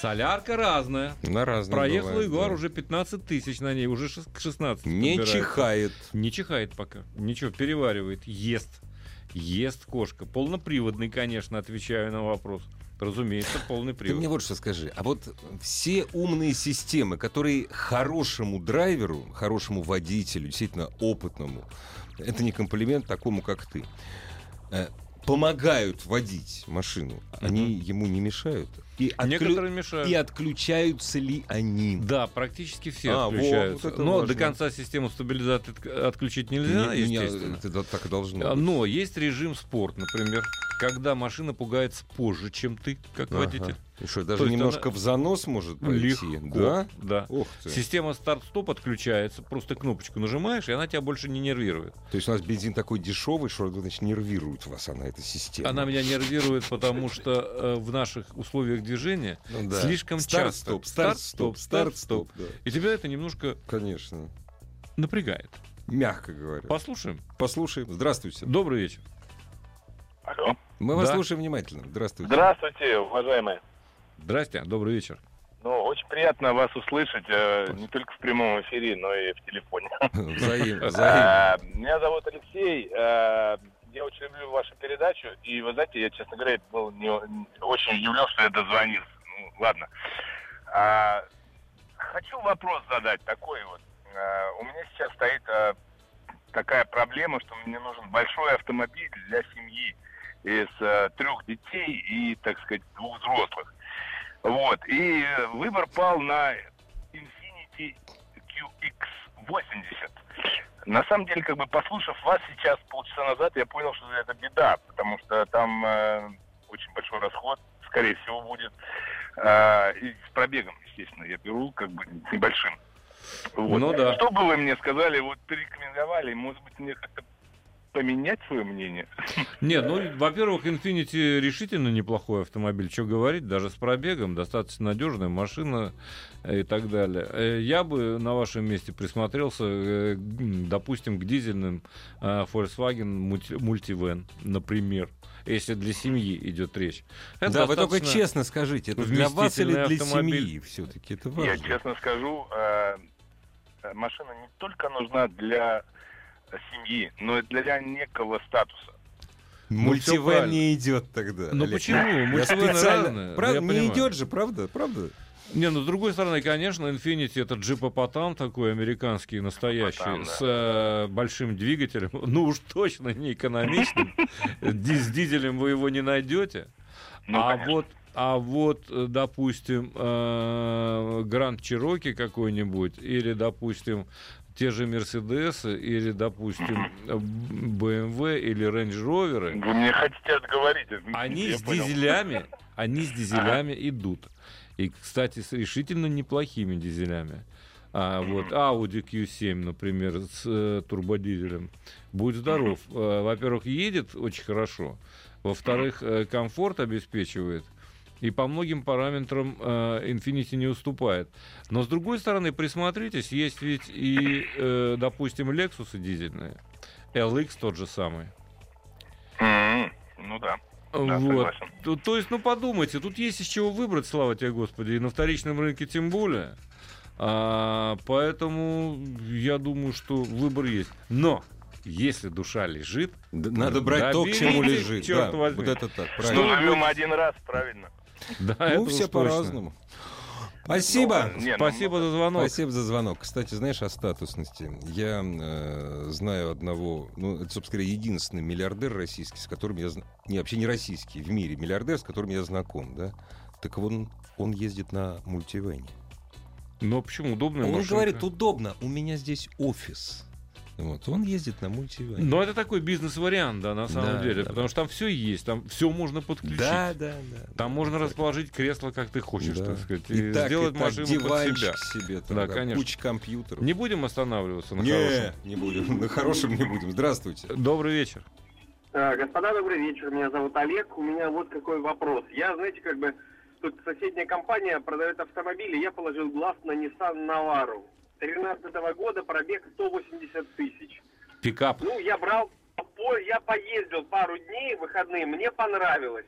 [SPEAKER 2] Солярка разная.
[SPEAKER 1] На разные
[SPEAKER 2] Проехала
[SPEAKER 1] бывают,
[SPEAKER 2] Ягуар
[SPEAKER 1] да.
[SPEAKER 2] уже 15 тысяч на ней, уже шес- к 16
[SPEAKER 1] Не
[SPEAKER 2] подбирается.
[SPEAKER 1] чихает.
[SPEAKER 2] Не чихает пока. Ничего, переваривает. Ест. Ест кошка. Полноприводный, конечно, отвечаю на вопрос. Разумеется, полный
[SPEAKER 1] Ты
[SPEAKER 2] привод.
[SPEAKER 1] мне вот что скажи. А вот все умные системы, которые хорошему драйверу, хорошему водителю, действительно опытному, это не комплимент такому, как ты, э, помогают водить машину, они ему не мешают? И, отклю-
[SPEAKER 2] Некоторые мешают.
[SPEAKER 1] и отключаются ли они?
[SPEAKER 2] Да, практически все
[SPEAKER 1] А, во,
[SPEAKER 2] отключаются.
[SPEAKER 1] вот это
[SPEAKER 2] Но
[SPEAKER 1] важно.
[SPEAKER 2] до конца систему стабилизации отк- отключить нельзя,
[SPEAKER 1] Не- не-
[SPEAKER 2] естественно.
[SPEAKER 1] это да- так и должно
[SPEAKER 2] А,
[SPEAKER 1] быть.
[SPEAKER 2] Но есть режим спорт, например, когда машина пугается позже, чем ты, как
[SPEAKER 1] Ага.
[SPEAKER 2] водитель.
[SPEAKER 1] И что, даже
[SPEAKER 2] есть
[SPEAKER 1] немножко
[SPEAKER 2] она- Ну,
[SPEAKER 1] в занос может пойти?
[SPEAKER 2] Легко.
[SPEAKER 1] Да?
[SPEAKER 2] да.
[SPEAKER 1] Ох ты.
[SPEAKER 2] Система старт-стоп отключается, просто кнопочку нажимаешь, и она тебя больше не нервирует.
[SPEAKER 1] То есть у нас бензин такой дешевый, что значит, нервирует вас она, эта система.
[SPEAKER 2] Она меня нервирует, потому что э, в наших условиях движения
[SPEAKER 1] Ну да.
[SPEAKER 2] слишком часто.
[SPEAKER 1] Старт-стоп, старт-стоп, старт-стоп. да.
[SPEAKER 2] И тебя это немножко
[SPEAKER 1] Конечно.
[SPEAKER 2] напрягает.
[SPEAKER 1] Мягко говоря.
[SPEAKER 2] Послушаем.
[SPEAKER 1] Послушаем. Здравствуйте.
[SPEAKER 2] Добрый вечер.
[SPEAKER 4] Алло.
[SPEAKER 1] Мы вас
[SPEAKER 2] Да.
[SPEAKER 1] слушаем внимательно. Здравствуйте.
[SPEAKER 4] Здравствуйте, уважаемые.
[SPEAKER 2] Здрасте, добрый вечер.
[SPEAKER 4] Ну, очень приятно вас услышать, э, не только в прямом эфире, но и в телефоне.
[SPEAKER 1] Взаимно. Взаимно.
[SPEAKER 4] А, Меня зовут Алексей. а, Я очень люблю вашу передачу. И вы знаете, я, честно говоря, был не очень удивлен, что я дозвонился. Ну, ладно. А, Хочу вопрос задать такой вот. А, У меня сейчас стоит а, такая проблема, что мне нужен большой автомобиль для семьи из а, трех детей и, так сказать, двух взрослых. Вот. И э, выбор пал на Infiniti QX80. На самом деле, как бы послушав вас сейчас полчаса назад, я понял, что это беда, потому что там э, очень большой расход, скорее всего, будет. Э, и с пробегом, естественно, я беру как бы небольшим. Вот.
[SPEAKER 2] Ну да.
[SPEAKER 4] Что бы вы мне сказали, вот порекомендовали, может быть, мне как-то поменять свое мнение?
[SPEAKER 2] Нет, ну, во-первых, Infinity решительно неплохой автомобиль, что говорить, даже с пробегом, достаточно надежная машина э, и так далее. Э, Я бы на вашем месте присмотрелся, э, к, м, допустим, к дизельным э, Volkswagen Multi- Multivan, например, если для семьи идет речь. Это
[SPEAKER 1] Да, вы только
[SPEAKER 2] достаточно-
[SPEAKER 1] честно скажите, это для вас или
[SPEAKER 2] вместительный
[SPEAKER 1] для
[SPEAKER 2] автомобиль.
[SPEAKER 1] семьи? Все-таки это
[SPEAKER 4] Я
[SPEAKER 1] важно.
[SPEAKER 4] честно скажу, э, машина не только нужна для семьи, но и для некого статуса.
[SPEAKER 1] Ну,
[SPEAKER 2] всё
[SPEAKER 1] Мультивен
[SPEAKER 2] правильно.
[SPEAKER 1] не идет тогда.
[SPEAKER 2] Ну
[SPEAKER 1] Олег.
[SPEAKER 2] почему?
[SPEAKER 1] Я
[SPEAKER 2] Multivan
[SPEAKER 1] специально-
[SPEAKER 2] разные,
[SPEAKER 1] Правда,
[SPEAKER 2] я
[SPEAKER 1] не
[SPEAKER 2] понимаю.
[SPEAKER 1] идет же, правда, правда.
[SPEAKER 2] Не, ну с другой стороны, конечно, Infinity это джипопотам такой американский, настоящий,
[SPEAKER 4] Потам, да.
[SPEAKER 2] с э, большим двигателем. Ну уж точно не экономичным. Ди- С дизелем вы его не найдете.
[SPEAKER 4] Ну,
[SPEAKER 2] а
[SPEAKER 4] конечно.
[SPEAKER 2] вот, а вот, э, допустим, э, Гранд Чироки какой-нибудь, или, допустим, те же Мерседесы, или, допустим, э, BMW, или Range Rover,
[SPEAKER 4] Вы мне хотите отговорить. это
[SPEAKER 2] они
[SPEAKER 4] я
[SPEAKER 2] с
[SPEAKER 4] понял.
[SPEAKER 2] дизелями, они с дизелями идут. И, кстати, с решительно неплохими дизелями. А вот Audi Q7, например, с э, турбодизелем. Будь здоров. Э, во-первых, едет очень хорошо. Во-вторых, э, комфорт обеспечивает. И по многим параметрам э, Infinity не уступает. Но с другой стороны, присмотритесь, есть ведь и, э, допустим, Lexus дизельные. LX тот же самый.
[SPEAKER 4] М, Ну да. Да,
[SPEAKER 2] Вот.
[SPEAKER 4] согласен.
[SPEAKER 2] То, то есть, ну подумайте, тут есть из чего выбрать, слава тебе, Господи, и на вторичном рынке тем более. А, поэтому я думаю, что выбор есть. Но если душа лежит,
[SPEAKER 1] Д- Надо брать то, к
[SPEAKER 2] Доберите,
[SPEAKER 1] чему лежит.
[SPEAKER 2] чёрт
[SPEAKER 1] да.
[SPEAKER 2] возьми.
[SPEAKER 1] Вот это так,
[SPEAKER 4] Ну,
[SPEAKER 1] правильно.
[SPEAKER 4] живем один раз, правильно.
[SPEAKER 2] да, это
[SPEAKER 1] Ну,
[SPEAKER 2] уж
[SPEAKER 1] все
[SPEAKER 2] точно.
[SPEAKER 1] по-разному. Спасибо.
[SPEAKER 4] Ну, не, ну,
[SPEAKER 2] Спасибо за звонок.
[SPEAKER 1] Спасибо за звонок. Кстати, знаешь о статусности? Я э, знаю одного, ну, это, собственно говоря, единственный миллиардер российский, с которым я... зн- Не, вообще не российский, в мире миллиардер, с которым я знаком, да? Так он, он ездит на мультивене.
[SPEAKER 2] Но почему удобная
[SPEAKER 1] Он
[SPEAKER 2] машинка.
[SPEAKER 1] говорит, удобно, у меня здесь офис. Вот, он ездит на мультивене.
[SPEAKER 2] Но это такой бизнес-вариант, да, на самом
[SPEAKER 1] Да,
[SPEAKER 2] деле.
[SPEAKER 1] да.
[SPEAKER 2] потому что там все есть, там все можно подключить.
[SPEAKER 1] Да, да, да.
[SPEAKER 2] Там можно расположить кресло, как ты хочешь,
[SPEAKER 1] Да.
[SPEAKER 2] так сказать, и,
[SPEAKER 1] И так, и
[SPEAKER 2] сделать
[SPEAKER 1] так,
[SPEAKER 2] машину под
[SPEAKER 1] диванчик
[SPEAKER 2] себя.
[SPEAKER 1] себе, там,
[SPEAKER 2] Да,
[SPEAKER 1] да,
[SPEAKER 2] конечно.
[SPEAKER 1] куча компьютеров.
[SPEAKER 2] Не будем останавливаться на
[SPEAKER 1] Не,
[SPEAKER 2] хорошем.
[SPEAKER 1] не будем. На хорошем не будем. Здравствуйте.
[SPEAKER 2] Добрый вечер.
[SPEAKER 5] Э, Господа, добрый вечер. Меня зовут Олег. У меня вот какой вопрос. Я, знаете, как бы тут соседняя компания продает автомобили. Я положил глаз на Nissan Navara. 13 года пробег 180 тысяч.
[SPEAKER 2] Пикап.
[SPEAKER 5] Ну, я брал, по- я поездил пару дней в выходные, мне понравилось.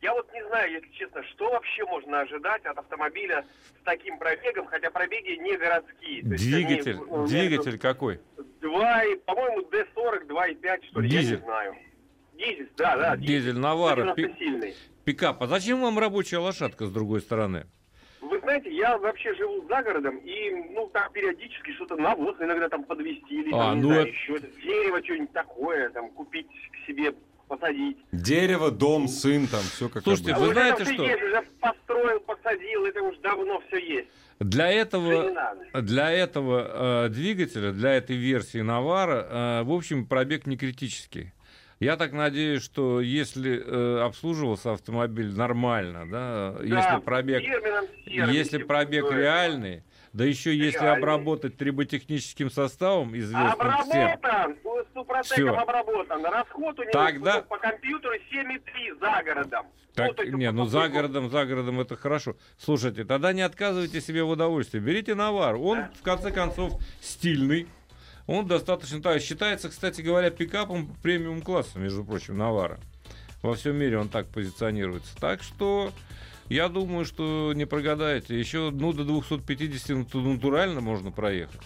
[SPEAKER 5] Я вот не знаю, если честно, что вообще можно ожидать от автомобиля с таким пробегом, хотя пробеги не городские. То есть они, э,
[SPEAKER 2] Двигатель,
[SPEAKER 5] у меня
[SPEAKER 2] двигатель какой?
[SPEAKER 5] тут Два, и, по-моему, D40, 2,5, что ли, я
[SPEAKER 2] Дизель.
[SPEAKER 5] не знаю. Дизель, да, да.
[SPEAKER 2] Дизель Навара,
[SPEAKER 5] 190 сильный.
[SPEAKER 2] пикап. А зачем вам рабочая лошадка с другой стороны?
[SPEAKER 5] Вы знаете, я вообще живу за городом, и, ну, так периодически что-то навоз иногда там подвести, или,
[SPEAKER 2] А,
[SPEAKER 5] там, не
[SPEAKER 2] ну
[SPEAKER 5] знаю,
[SPEAKER 2] это-
[SPEAKER 5] еще дерево что-нибудь такое, там, купить к себе, посадить.
[SPEAKER 1] Дерево, дом, сын, там все как
[SPEAKER 2] Слушайте,
[SPEAKER 5] А
[SPEAKER 1] обычно.
[SPEAKER 2] вы
[SPEAKER 5] уже
[SPEAKER 2] знаете
[SPEAKER 5] там всё
[SPEAKER 2] что?
[SPEAKER 5] есть, уже построил, посадил, это уж давно все есть.
[SPEAKER 2] Для
[SPEAKER 5] Уже не
[SPEAKER 2] этого,
[SPEAKER 5] надо.
[SPEAKER 2] для этого э, двигателя, для этой версии Навара, э, в общем, пробег не критический. Я так надеюсь, что если э, обслуживался автомобиль нормально, да,
[SPEAKER 5] Да,
[SPEAKER 2] если пробег
[SPEAKER 5] фирменном сервисе,
[SPEAKER 2] Если пробег
[SPEAKER 5] э,
[SPEAKER 2] реальный, да еще если
[SPEAKER 5] Реальный.
[SPEAKER 2] обработать триботехническим составом, известным всем,
[SPEAKER 5] Обработан, Ну, с супротеком
[SPEAKER 2] Всё.
[SPEAKER 5] обработан. Расход у него
[SPEAKER 2] Тогда-
[SPEAKER 5] по компьютеру 7,3 за городом.
[SPEAKER 2] так,
[SPEAKER 5] то есть
[SPEAKER 2] не,
[SPEAKER 5] по-
[SPEAKER 2] ну
[SPEAKER 5] по-
[SPEAKER 2] за городом, за городом это хорошо. Слушайте, тогда не отказывайте себе в удовольствии. Берите навар. Он, в конце концов, стильный. Он достаточно так. Считается, кстати говоря, пикапом премиум класса, между прочим, навара. Во всем мире он так позиционируется. Так что я думаю, что не прогадаете. Еще ну, до 250 нату- натурально можно проехать.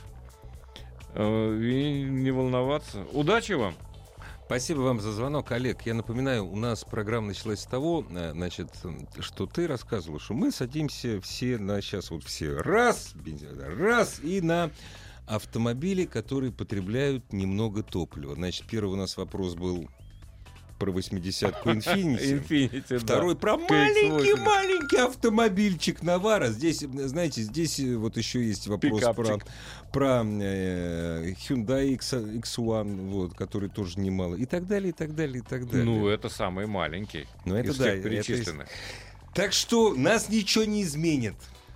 [SPEAKER 2] Э, И не волноваться. Удачи вам!
[SPEAKER 1] Спасибо вам за звонок, Олег. Я напоминаю, у нас программа началась с того, э, значит, м, что ты рассказывал, что мы садимся все на сейчас вот все раз, бензин, раз и на автомобили, которые потребляют немного топлива. Значит, первый у нас вопрос был про 80-ку Infiniti.
[SPEAKER 2] Инфинити, да.
[SPEAKER 1] Второй про
[SPEAKER 2] KX-80.
[SPEAKER 1] маленький-маленький автомобильчик Навара. Здесь, м, знаете, здесь э, вот еще есть вопрос про,
[SPEAKER 2] Пикапчик.
[SPEAKER 1] про э, Hyundai X, X1, вот, который тоже немало. И так далее, и так далее, и так далее.
[SPEAKER 2] Ну, это самый маленький
[SPEAKER 1] Ну, это
[SPEAKER 2] из
[SPEAKER 1] да,
[SPEAKER 2] всех
[SPEAKER 1] это
[SPEAKER 2] перечисленных.
[SPEAKER 1] Так что нас ничего не изменит.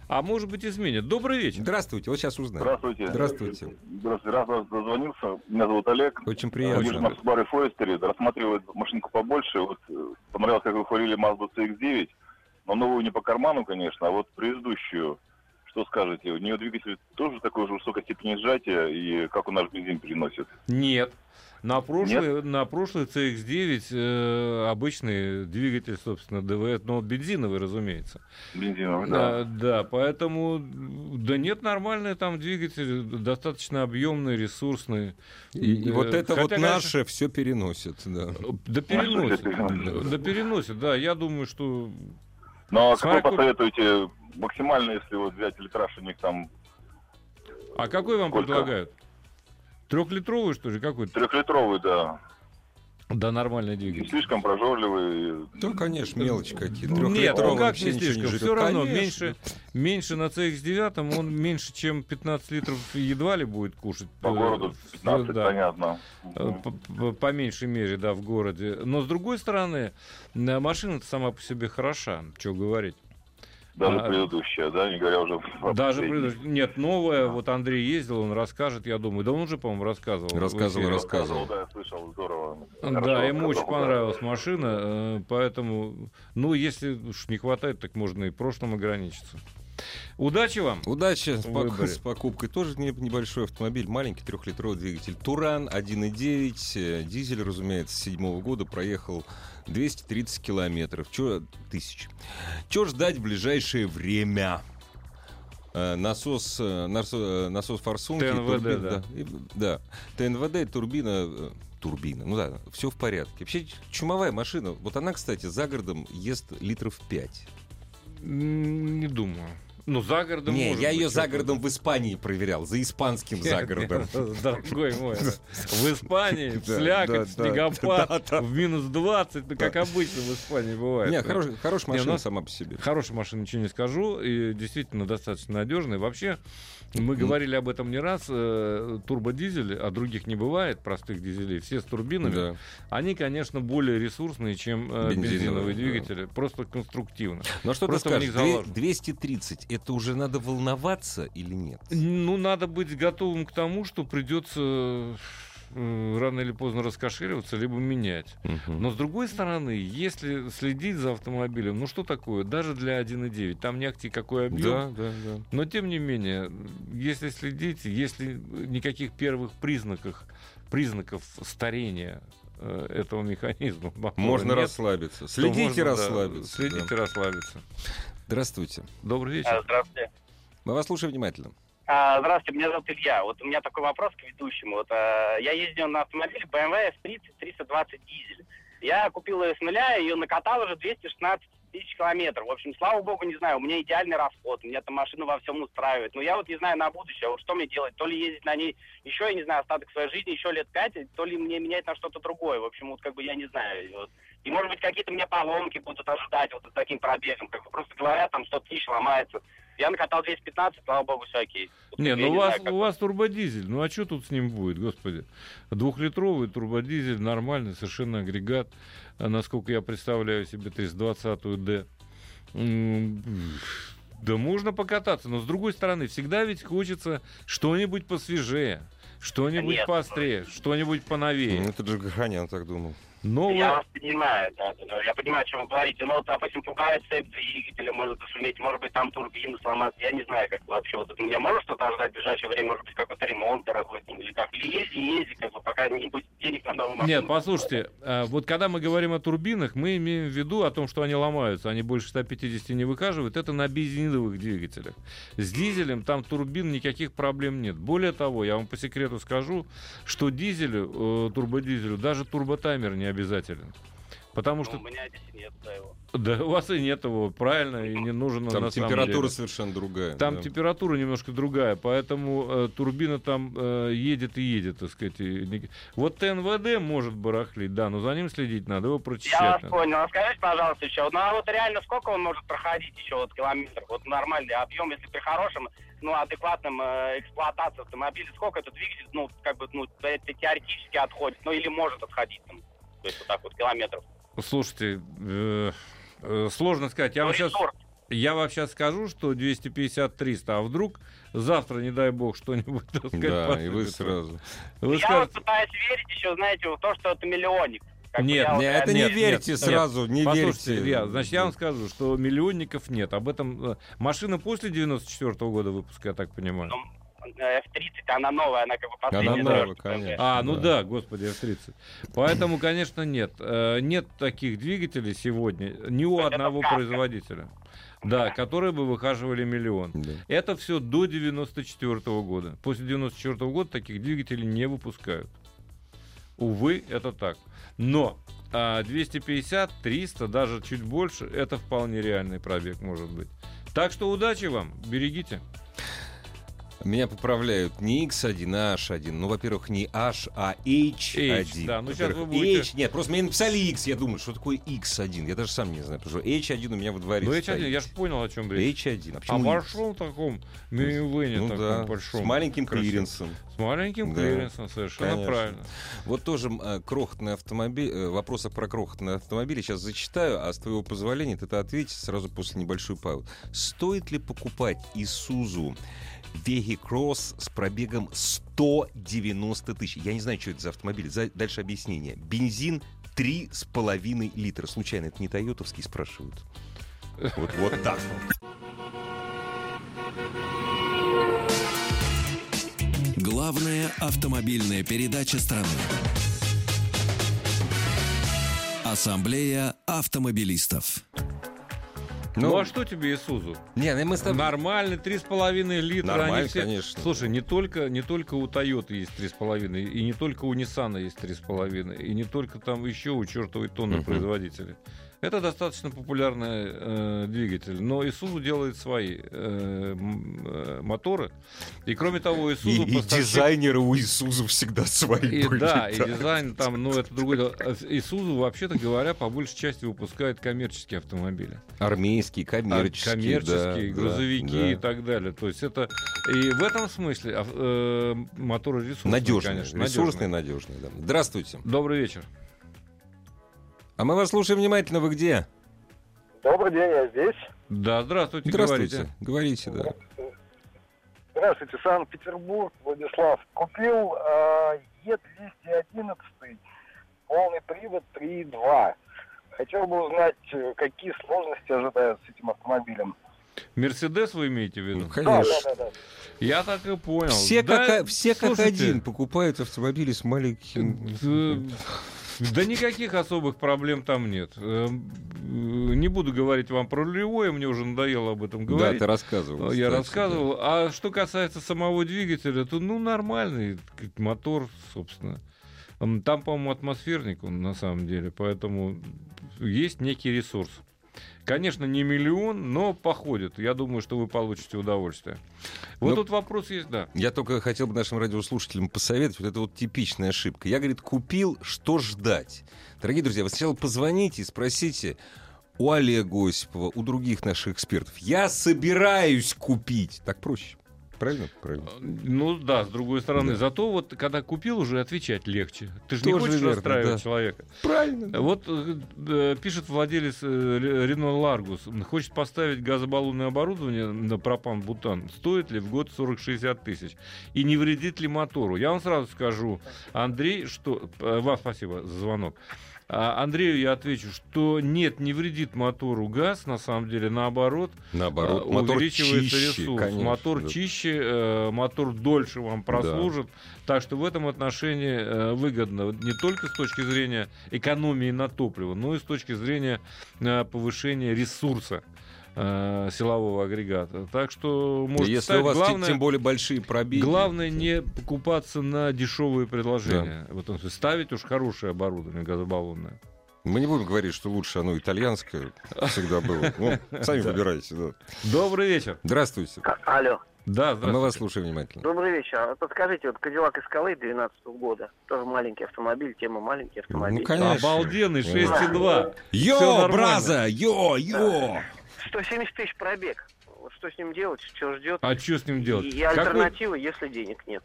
[SPEAKER 2] А может быть, изменят. Добрый вечер.
[SPEAKER 1] Здравствуйте, вот сейчас узнаем.
[SPEAKER 4] Здравствуйте.
[SPEAKER 1] Здравствуйте.
[SPEAKER 4] Здравствуйте. Рад вас дозвонился. Меня зовут Олег.
[SPEAKER 1] Очень
[SPEAKER 4] Я
[SPEAKER 1] приятно.
[SPEAKER 4] вижу на Subaru Forester, рассматриваю эту машинку побольше. Вот э, понравилось, как вы хвалили Mazda CX-9, но новую не по карману, конечно, а вот предыдущую. Что скажете? У нее двигатель тоже такой же высокой степени сжатия, и как он наш бензин переносит?
[SPEAKER 2] Нет. На прошлый, на прошлый CX-9 э, обычный двигатель, собственно, ДВС, но бензиновый, разумеется.
[SPEAKER 4] Бензиновый, да.
[SPEAKER 2] А, да, поэтому, да нет, нормальный там двигатель, достаточно объемный, ресурсный.
[SPEAKER 1] И, и
[SPEAKER 2] Э,
[SPEAKER 1] вот это
[SPEAKER 2] хотя,
[SPEAKER 1] вот
[SPEAKER 2] конечно,
[SPEAKER 1] наше все переносит. Да.
[SPEAKER 2] Да переносит.
[SPEAKER 4] переносит.
[SPEAKER 2] Да переносит, да. Я думаю, что
[SPEAKER 4] Но
[SPEAKER 2] смотри,
[SPEAKER 4] какой
[SPEAKER 2] какой-
[SPEAKER 4] а посоветуете максимально, если вот взять литраж у них там
[SPEAKER 2] А какой вам
[SPEAKER 4] Сколько?
[SPEAKER 2] предлагают? Трехлитровый, что ли, какой-то?
[SPEAKER 4] трехлитровый, да.
[SPEAKER 2] Да, нормальный
[SPEAKER 4] Не
[SPEAKER 2] двигатель.
[SPEAKER 4] слишком прожорливый.
[SPEAKER 1] Да, конечно, мелочи какие-то.
[SPEAKER 2] Нет,
[SPEAKER 1] Трёхлитровый
[SPEAKER 2] ну как
[SPEAKER 1] вообще
[SPEAKER 2] не
[SPEAKER 1] ничего
[SPEAKER 2] слишком,
[SPEAKER 1] жрет.
[SPEAKER 2] все равно
[SPEAKER 1] Конечно.
[SPEAKER 2] меньше, меньше на CX-9, он меньше, чем 15 литров едва ли будет кушать.
[SPEAKER 4] По
[SPEAKER 2] Э,
[SPEAKER 4] городу
[SPEAKER 2] в-
[SPEAKER 4] 15,
[SPEAKER 2] да.
[SPEAKER 4] понятно.
[SPEAKER 2] Э,
[SPEAKER 4] Мгм.
[SPEAKER 2] по- по- По меньшей мере, да, в городе. Но с другой стороны, э, машина-то сама по себе хороша, что говорить.
[SPEAKER 4] Даже
[SPEAKER 2] а-
[SPEAKER 4] предыдущая, да, не говоря уже про
[SPEAKER 2] Даже
[SPEAKER 4] последнюю.
[SPEAKER 2] при- нет, новая,
[SPEAKER 4] Да.
[SPEAKER 2] вот Андрей ездил, он расскажет, я думаю. Да он уже, по-моему, рассказывал. в
[SPEAKER 1] Рассказывал,
[SPEAKER 2] эфире.
[SPEAKER 1] рассказывал. рассказывал.
[SPEAKER 4] Да, я слышал, здорово.
[SPEAKER 2] Да,
[SPEAKER 4] Хорошо
[SPEAKER 2] ему очень
[SPEAKER 4] рассказал, да.
[SPEAKER 2] понравилась машина, э, поэтому, ну, если уж не хватает, так можно и прошлым ограничиться. Удачи вам!
[SPEAKER 1] Удачи с, пок-
[SPEAKER 2] выборе.
[SPEAKER 1] с покупкой. Тоже не- небольшой автомобиль, маленький трехлитровый двигатель. Туран 1.9, э, дизель, разумеется, седьмого года проехал 230 километров. Чё, тысяч. Чё ждать в ближайшее время? Э, Насос, э, насо- э, насос форсунки,
[SPEAKER 2] ТНВД,
[SPEAKER 1] турбина,
[SPEAKER 2] да.
[SPEAKER 1] И, да. ТНВД, турбина, э, турбина, ну да, все в порядке. Вообще ч- чумовая машина, вот она, кстати, за городом ест литров 5.
[SPEAKER 2] М, Не думаю. Ну, за городом
[SPEAKER 1] Не,
[SPEAKER 2] может
[SPEAKER 1] я
[SPEAKER 2] быть,
[SPEAKER 1] ее за
[SPEAKER 2] чё-то.
[SPEAKER 1] городом в Испании проверял, за испанским загородом.
[SPEAKER 2] Дорогой мой. В Испании
[SPEAKER 1] Да, да,
[SPEAKER 2] слякоть,
[SPEAKER 1] да, да,
[SPEAKER 2] снегопад
[SPEAKER 1] да.
[SPEAKER 2] в минус 20, ну, как обычно в Испании бывает.
[SPEAKER 1] Не, хорош- хорошая
[SPEAKER 2] Не,
[SPEAKER 1] машина
[SPEAKER 2] ну,
[SPEAKER 1] сама по себе.
[SPEAKER 2] Хорошая машина, ничего не скажу. И действительно достаточно надежная. Вообще, мы говорили об этом не раз. э, Турбодизель, а других не бывает, простых дизелей, все с турбинами.
[SPEAKER 1] Да.
[SPEAKER 2] Они, конечно, более ресурсные, чем э,
[SPEAKER 1] Бензиновые,
[SPEAKER 2] бензиновые
[SPEAKER 1] да.
[SPEAKER 2] двигатели. Просто конструктивно.
[SPEAKER 1] Но что ты
[SPEAKER 2] Просто в
[SPEAKER 1] скажешь,
[SPEAKER 2] них
[SPEAKER 1] две-
[SPEAKER 2] заложено.
[SPEAKER 1] 230, это уже надо волноваться или нет?
[SPEAKER 2] Ну, надо быть готовым к тому, что придется э, рано или поздно раскошеливаться, либо менять.
[SPEAKER 1] Мгм.
[SPEAKER 2] Но с другой стороны, если следить за автомобилем, ну что такое, даже для 1.9, там не акти какой объем.
[SPEAKER 1] Да, да, да.
[SPEAKER 2] Но тем не менее, если следить, если никаких первых признаков, признаков старения э, э, этого механизма. мотора
[SPEAKER 1] Можно
[SPEAKER 2] нет,
[SPEAKER 1] расслабиться.
[SPEAKER 2] то
[SPEAKER 1] Следите,
[SPEAKER 2] можно, да,
[SPEAKER 1] расслабиться.
[SPEAKER 2] Следите,
[SPEAKER 1] да.
[SPEAKER 2] расслабиться.
[SPEAKER 1] Здравствуйте.
[SPEAKER 2] Добрый вечер.
[SPEAKER 6] А, Здравствуйте.
[SPEAKER 1] Мы вас слушаем внимательно.
[SPEAKER 6] А, Здравствуйте, меня зовут Илья. Вот у меня такой вопрос к ведущему. Вот, а, я ездил на автомобиле BMW S30 320 дизель. Я купил ее с нуля, ее накатал уже 216 тысяч километров. В общем, слава богу, не знаю, у меня идеальный расход, меня эта машина во всем устраивает. Но я вот не знаю на будущее, а вот что мне делать, то ли ездить на ней еще, я не знаю, остаток своей жизни, еще лет пять, то ли мне менять на что-то другое. В общем, вот как бы я не знаю. Вот. И может быть какие-то меня поломки будут ожидать вот с таким пробегом. Как бы просто говорят, там 100 тысяч ломается. Я накатал 215, слава богу, все окей. Вот
[SPEAKER 2] Не,
[SPEAKER 6] я
[SPEAKER 2] ну у вас,
[SPEAKER 6] знаю, как-
[SPEAKER 2] у вас турбодизель. Ну а что тут с ним будет, господи? Двухлитровый турбодизель, нормальный совершенно агрегат. А, Насколько я представляю себе 320-ю D. М, Да можно покататься, но с другой стороны, всегда ведь хочется что-нибудь посвежее, что-нибудь
[SPEAKER 6] Конечно.
[SPEAKER 2] поострее, что-нибудь
[SPEAKER 1] Ну,
[SPEAKER 2] поновее.
[SPEAKER 1] Это же Гаханян так думал.
[SPEAKER 2] Новое,
[SPEAKER 6] Ну, Я вас понимаю, да, да, да. я понимаю, о чем вы говорите. Но, вот, допустим, пугает цепь двигателя, может зашуметь, может быть, там турбина сломаться. Я не знаю, как бы, вообще вот это меня может что-то ожидать в ближайшее время, может быть, какой-то ремонт дорогой там или как. Или езди, езди, как бы, пока не будет денег на новую машину.
[SPEAKER 2] Нет, послушайте, а, вот когда мы говорим о турбинах, мы имеем в виду о том, что они ломаются, они больше 150 не выкаживают, это на бензиновых двигателях. С дизелем там турбин никаких проблем нет. Более того, я вам по секрету скажу, что дизелю, э, турбодизелю, даже турботаймер не обязателен. Потому
[SPEAKER 6] Ну,
[SPEAKER 2] что
[SPEAKER 6] у меня здесь нет да, его.
[SPEAKER 2] да, у вас и нет его, правильно, и не нужен он
[SPEAKER 1] Там
[SPEAKER 2] Ну, на самом
[SPEAKER 1] температура
[SPEAKER 2] деле.
[SPEAKER 1] совершенно другая.
[SPEAKER 2] Там
[SPEAKER 1] да.
[SPEAKER 2] температура немножко другая, поэтому э, турбина там э, едет и едет, так сказать. и не- Вот ТНВД может барахлить, да, но за ним следить надо, его
[SPEAKER 6] Я
[SPEAKER 2] прочищать.
[SPEAKER 6] вас
[SPEAKER 2] надо.
[SPEAKER 6] понял. А Скажите, пожалуйста, еще, ну а вот реально сколько он может проходить еще вот километр? Вот нормальный объем, если при хорошем, ну, адекватном э, эксплуатации автомобиля, сколько этот двигатель, ну, как бы, ну, это теоретически отходит, ну, или может отходить там? То есть вот так вот километров.
[SPEAKER 2] Слушайте, э, э, сложно сказать. Я
[SPEAKER 6] Ну,
[SPEAKER 2] вам, сейчас,
[SPEAKER 6] ресурс.
[SPEAKER 2] я вам сейчас скажу, что 250-300, а вдруг завтра, не дай бог, что-нибудь, так сказать,
[SPEAKER 1] Да, и вы
[SPEAKER 2] посыпется.
[SPEAKER 1] сразу.
[SPEAKER 2] Вы
[SPEAKER 6] Я вот
[SPEAKER 2] скажете,
[SPEAKER 6] пытаюсь верить еще, знаете, в то, что это миллионник. Как бы
[SPEAKER 2] Нет,
[SPEAKER 6] я вот э,
[SPEAKER 1] Не, это
[SPEAKER 6] реально-
[SPEAKER 1] не
[SPEAKER 2] нет,
[SPEAKER 1] верьте
[SPEAKER 2] нет.
[SPEAKER 1] сразу, не
[SPEAKER 2] Послушайте,
[SPEAKER 1] верьте.
[SPEAKER 2] Илья, значит, я вам скажу, что миллионников нет. Об этом э, машина после 94 года выпуска, я так понимаю.
[SPEAKER 6] Ну, э, F30, она новая, она как бы последняя.
[SPEAKER 1] Она новая,
[SPEAKER 6] дорожка.
[SPEAKER 1] конечно.
[SPEAKER 2] А, ну
[SPEAKER 1] Да.
[SPEAKER 2] да, господи, F-30. Поэтому, конечно, нет. Э, Нет таких двигателей сегодня ни у
[SPEAKER 6] Это
[SPEAKER 2] одного
[SPEAKER 6] сказка.
[SPEAKER 2] производителя, да, которые бы выхаживали миллион.
[SPEAKER 1] Да.
[SPEAKER 2] Это все до 94 года. После 94 года таких двигателей не выпускают. Увы, это так. Но а, 250, 300, даже чуть больше, это вполне реальный пробег может быть. Так что удачи вам, берегите.
[SPEAKER 1] Меня поправляют не X1, а H1. Ну, во-первых, не H, а H1.
[SPEAKER 2] H, да, ну
[SPEAKER 1] Во-первых,
[SPEAKER 2] сейчас вы будете-
[SPEAKER 1] H, нет, просто мне написали X, я думаю, что такое X1. Я даже сам не знаю, потому что H1 у меня во дворе
[SPEAKER 2] Ну, H1,
[SPEAKER 1] стоит.
[SPEAKER 2] я же понял, о чем речь.
[SPEAKER 1] H1. А
[SPEAKER 2] А
[SPEAKER 1] почему
[SPEAKER 2] в
[SPEAKER 1] X?
[SPEAKER 2] большом таком минивэне,
[SPEAKER 1] Ну
[SPEAKER 2] таком
[SPEAKER 1] да,
[SPEAKER 2] большом.
[SPEAKER 1] с маленьким
[SPEAKER 2] красивом.
[SPEAKER 1] клиренсом.
[SPEAKER 2] С маленьким
[SPEAKER 1] Да,
[SPEAKER 2] клиренсом, совершенно
[SPEAKER 1] конечно.
[SPEAKER 2] правильно.
[SPEAKER 1] Вот тоже э, крохотный автомобиль, э, вопросы про крохотные автомобили сейчас зачитаю, а с твоего позволения ты это ответишь сразу после небольшой паузы. Стоит ли покупать Исузу Вегикросс с пробегом 190 тысяч? Я не знаю, что это за автомобиль. За- Дальше объяснение. Бензин 3,5 литра. Случайно, это не Тойотовский, спрашивают. Вот, вот так вот.
[SPEAKER 3] Главная автомобильная передача страны. Ассамблея автомобилистов.
[SPEAKER 2] Ну,
[SPEAKER 1] Ну,
[SPEAKER 2] а что тебе Исузу?
[SPEAKER 1] Не, ну мы с тобой-
[SPEAKER 2] Нормально, 3,5 литра.
[SPEAKER 1] Нормально,
[SPEAKER 2] они все-
[SPEAKER 1] конечно.
[SPEAKER 2] Слушай, не только, не только у Toyota есть 3,5, и не только у Nissan есть 3,5, и не только там еще у чертовой тонны
[SPEAKER 1] Мгм.
[SPEAKER 2] производителей. Это достаточно популярный э, двигатель, но Isuzu делает свои э, м, э, моторы, и кроме того Isuzu
[SPEAKER 1] И, и
[SPEAKER 2] поставщик-
[SPEAKER 1] дизайнеры у Исузу всегда свои
[SPEAKER 2] И
[SPEAKER 1] были,
[SPEAKER 2] да, и дизайн там, ну это другое. дело. А с- Isuzu, вообще-то говоря, по большей части выпускает коммерческие автомобили.
[SPEAKER 1] Армейские, коммерческие.
[SPEAKER 2] А, коммерческие,
[SPEAKER 1] да, да,
[SPEAKER 2] грузовики
[SPEAKER 1] да.
[SPEAKER 2] и так далее. То есть это... И в этом смысле а, э, моторы ресурсные,
[SPEAKER 1] Надежные,
[SPEAKER 2] конечно.
[SPEAKER 1] ресурсные,
[SPEAKER 2] надежные.
[SPEAKER 1] надежные. да. Здравствуйте.
[SPEAKER 2] Добрый вечер.
[SPEAKER 1] А мы вас слушаем внимательно. Вы где?
[SPEAKER 7] Добрый день, я здесь.
[SPEAKER 2] Да, здравствуйте, говорите.
[SPEAKER 1] Говорите, да.
[SPEAKER 7] Здравствуйте, Санкт-Петербург, Владислав. Купил э, Е211, полный привод 3.2. Хотел бы узнать, э, какие сложности ожидают с этим автомобилем.
[SPEAKER 2] Мерседес вы имеете в виду?
[SPEAKER 7] Да, да, да, да.
[SPEAKER 2] Я так и понял.
[SPEAKER 1] Ну, Все,
[SPEAKER 2] Да,
[SPEAKER 1] как, о- все как
[SPEAKER 2] слушайте,
[SPEAKER 1] один покупают автомобили с маленьким...
[SPEAKER 2] э, Да никаких особых проблем там нет. Эм, э, Не буду говорить вам про рулевое, мне уже надоело об этом
[SPEAKER 1] Да,
[SPEAKER 2] говорить.
[SPEAKER 1] ты рассказывал.
[SPEAKER 2] Ну, Я
[SPEAKER 1] кстати,
[SPEAKER 2] рассказывал. А что касается самого двигателя, то ну нормальный так сказать, мотор, собственно. М, Там, по-моему, атмосферник он на самом деле, поэтому есть некий ресурс. Конечно, не миллион, но походит. Я думаю, что вы получите удовольствие. Вот
[SPEAKER 1] Ну,
[SPEAKER 2] тут вопрос есть, да.
[SPEAKER 1] Я только хотел бы нашим радиослушателям посоветовать вот это вот типичная ошибка. Я, говорит, купил, что ждать? Дорогие друзья, вы сначала позвоните и спросите у Олега Осипова, у других наших экспертов. Я собираюсь купить. Так проще. Правильно? Правильно.
[SPEAKER 2] Ну да, с другой стороны.
[SPEAKER 1] Да.
[SPEAKER 2] Зато вот когда купил, уже отвечать легче. Ты же не
[SPEAKER 1] Тоже
[SPEAKER 2] хочешь
[SPEAKER 1] верно,
[SPEAKER 2] расстраивать
[SPEAKER 1] да.
[SPEAKER 2] человека.
[SPEAKER 1] Правильно.
[SPEAKER 2] Вот э, э, пишет владелец э, Рено Ларгус. Хочет поставить газобаллонное оборудование на пропан-бутан. Стоит ли в год 40-60 тысяч? И не вредит ли мотору? Я вам сразу скажу, Андрей, что... э, Вам спасибо за звонок. А, Андрею я отвечу, что нет, не вредит мотору газ, на самом деле, наоборот,
[SPEAKER 1] Наоборот,
[SPEAKER 2] а,
[SPEAKER 1] мотор
[SPEAKER 2] увеличивается
[SPEAKER 1] чище,
[SPEAKER 2] ресурс.
[SPEAKER 1] конечно,
[SPEAKER 2] мотор
[SPEAKER 1] да.
[SPEAKER 2] чище, э, мотор дольше вам прослужит. Так что в этом отношении э, выгодно не только с точки зрения экономии на топливо, но и с точки зрения э, повышения ресурса э, силового агрегата. Так что
[SPEAKER 1] И
[SPEAKER 2] может
[SPEAKER 1] Если у вас те-
[SPEAKER 2] главное,
[SPEAKER 1] тем более большие пробеги.
[SPEAKER 2] главное не покупаться на дешевые предложения. В этом смысле. ставить уж хорошее оборудование газобаллонное.
[SPEAKER 1] Мы не будем говорить, что лучше оно итальянское всегда было. Ну, сами выбирайте. да.
[SPEAKER 2] Добрый вечер.
[SPEAKER 1] Здравствуйте.
[SPEAKER 8] Алло,
[SPEAKER 2] Да,
[SPEAKER 1] А Мы
[SPEAKER 2] здравствуйте.
[SPEAKER 1] вас слушаем внимательно.
[SPEAKER 8] добрый вечер. А Подскажите, вот Кадиллак Эскалейд 2012 года, тоже маленький автомобиль, тема маленький
[SPEAKER 1] Ну,
[SPEAKER 8] автомобиль.
[SPEAKER 1] конечно.
[SPEAKER 2] Обалденный 6,2.
[SPEAKER 3] Йо,
[SPEAKER 2] Всё нормально.
[SPEAKER 3] браза! Йо, йо!
[SPEAKER 8] 170 тысяч пробег. Вот что с ним делать, что ждет?
[SPEAKER 2] А что с ним делать?
[SPEAKER 8] И
[SPEAKER 2] Какой-
[SPEAKER 8] альтернатива, если денег нет.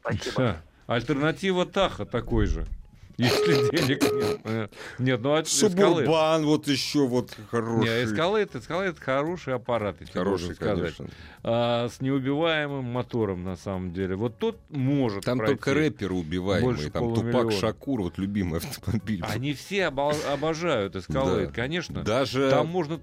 [SPEAKER 8] Спасибо.
[SPEAKER 2] Да. Альтернатива Таха такой же. Если денег нет. Э, Нет, ну а эскалейт.
[SPEAKER 1] Субурбан вот еще вот
[SPEAKER 2] Не,
[SPEAKER 1] хороший.
[SPEAKER 2] эскалейт, эскалейт хороший аппарат, я тебе
[SPEAKER 1] Хороший,
[SPEAKER 2] должен сказать.
[SPEAKER 1] конечно.
[SPEAKER 2] А, с неубиваемым мотором, на самом деле. Вот тот может
[SPEAKER 1] Там
[SPEAKER 2] пройти.
[SPEAKER 1] только рэперы убиваемые,
[SPEAKER 2] больше
[SPEAKER 1] там Тупак
[SPEAKER 2] полумиллиона.
[SPEAKER 1] Шакур, вот любимый автомобиль.
[SPEAKER 2] Они все обо- обожают эскалейт,
[SPEAKER 1] Да.
[SPEAKER 2] конечно.
[SPEAKER 1] Даже
[SPEAKER 2] Там можно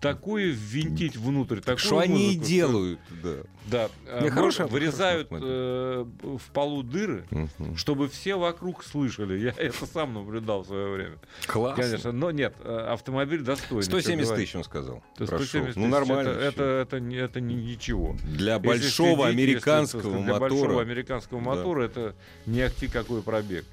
[SPEAKER 2] такое ввинтить внутрь, такую
[SPEAKER 1] что они и
[SPEAKER 2] музыку, что-
[SPEAKER 1] делают, да.
[SPEAKER 2] Да, э,
[SPEAKER 1] Не,
[SPEAKER 2] может,
[SPEAKER 1] хороший аппарат,
[SPEAKER 2] вырезают
[SPEAKER 1] хороший
[SPEAKER 2] э, в полу дыры,
[SPEAKER 1] Мгм.
[SPEAKER 2] чтобы все вокруг слышали. Я это сам наблюдал в свое время.
[SPEAKER 1] Классно.
[SPEAKER 2] Конечно, но нет, э, автомобиль достойный. чё
[SPEAKER 1] 170
[SPEAKER 2] говорить.
[SPEAKER 1] тысяч, он сказал.
[SPEAKER 2] То есть
[SPEAKER 1] Прошу.
[SPEAKER 2] 170
[SPEAKER 1] ну,
[SPEAKER 2] тысяч
[SPEAKER 1] нормально.
[SPEAKER 2] Это,
[SPEAKER 1] всё.
[SPEAKER 2] это, это не- это не- ничего.
[SPEAKER 1] Для
[SPEAKER 2] Если
[SPEAKER 1] большого
[SPEAKER 2] следить, если, так сказать,
[SPEAKER 1] американского
[SPEAKER 2] Для большого
[SPEAKER 1] мотора.
[SPEAKER 2] американского
[SPEAKER 1] Да.
[SPEAKER 2] мотора это не акти какой пробег.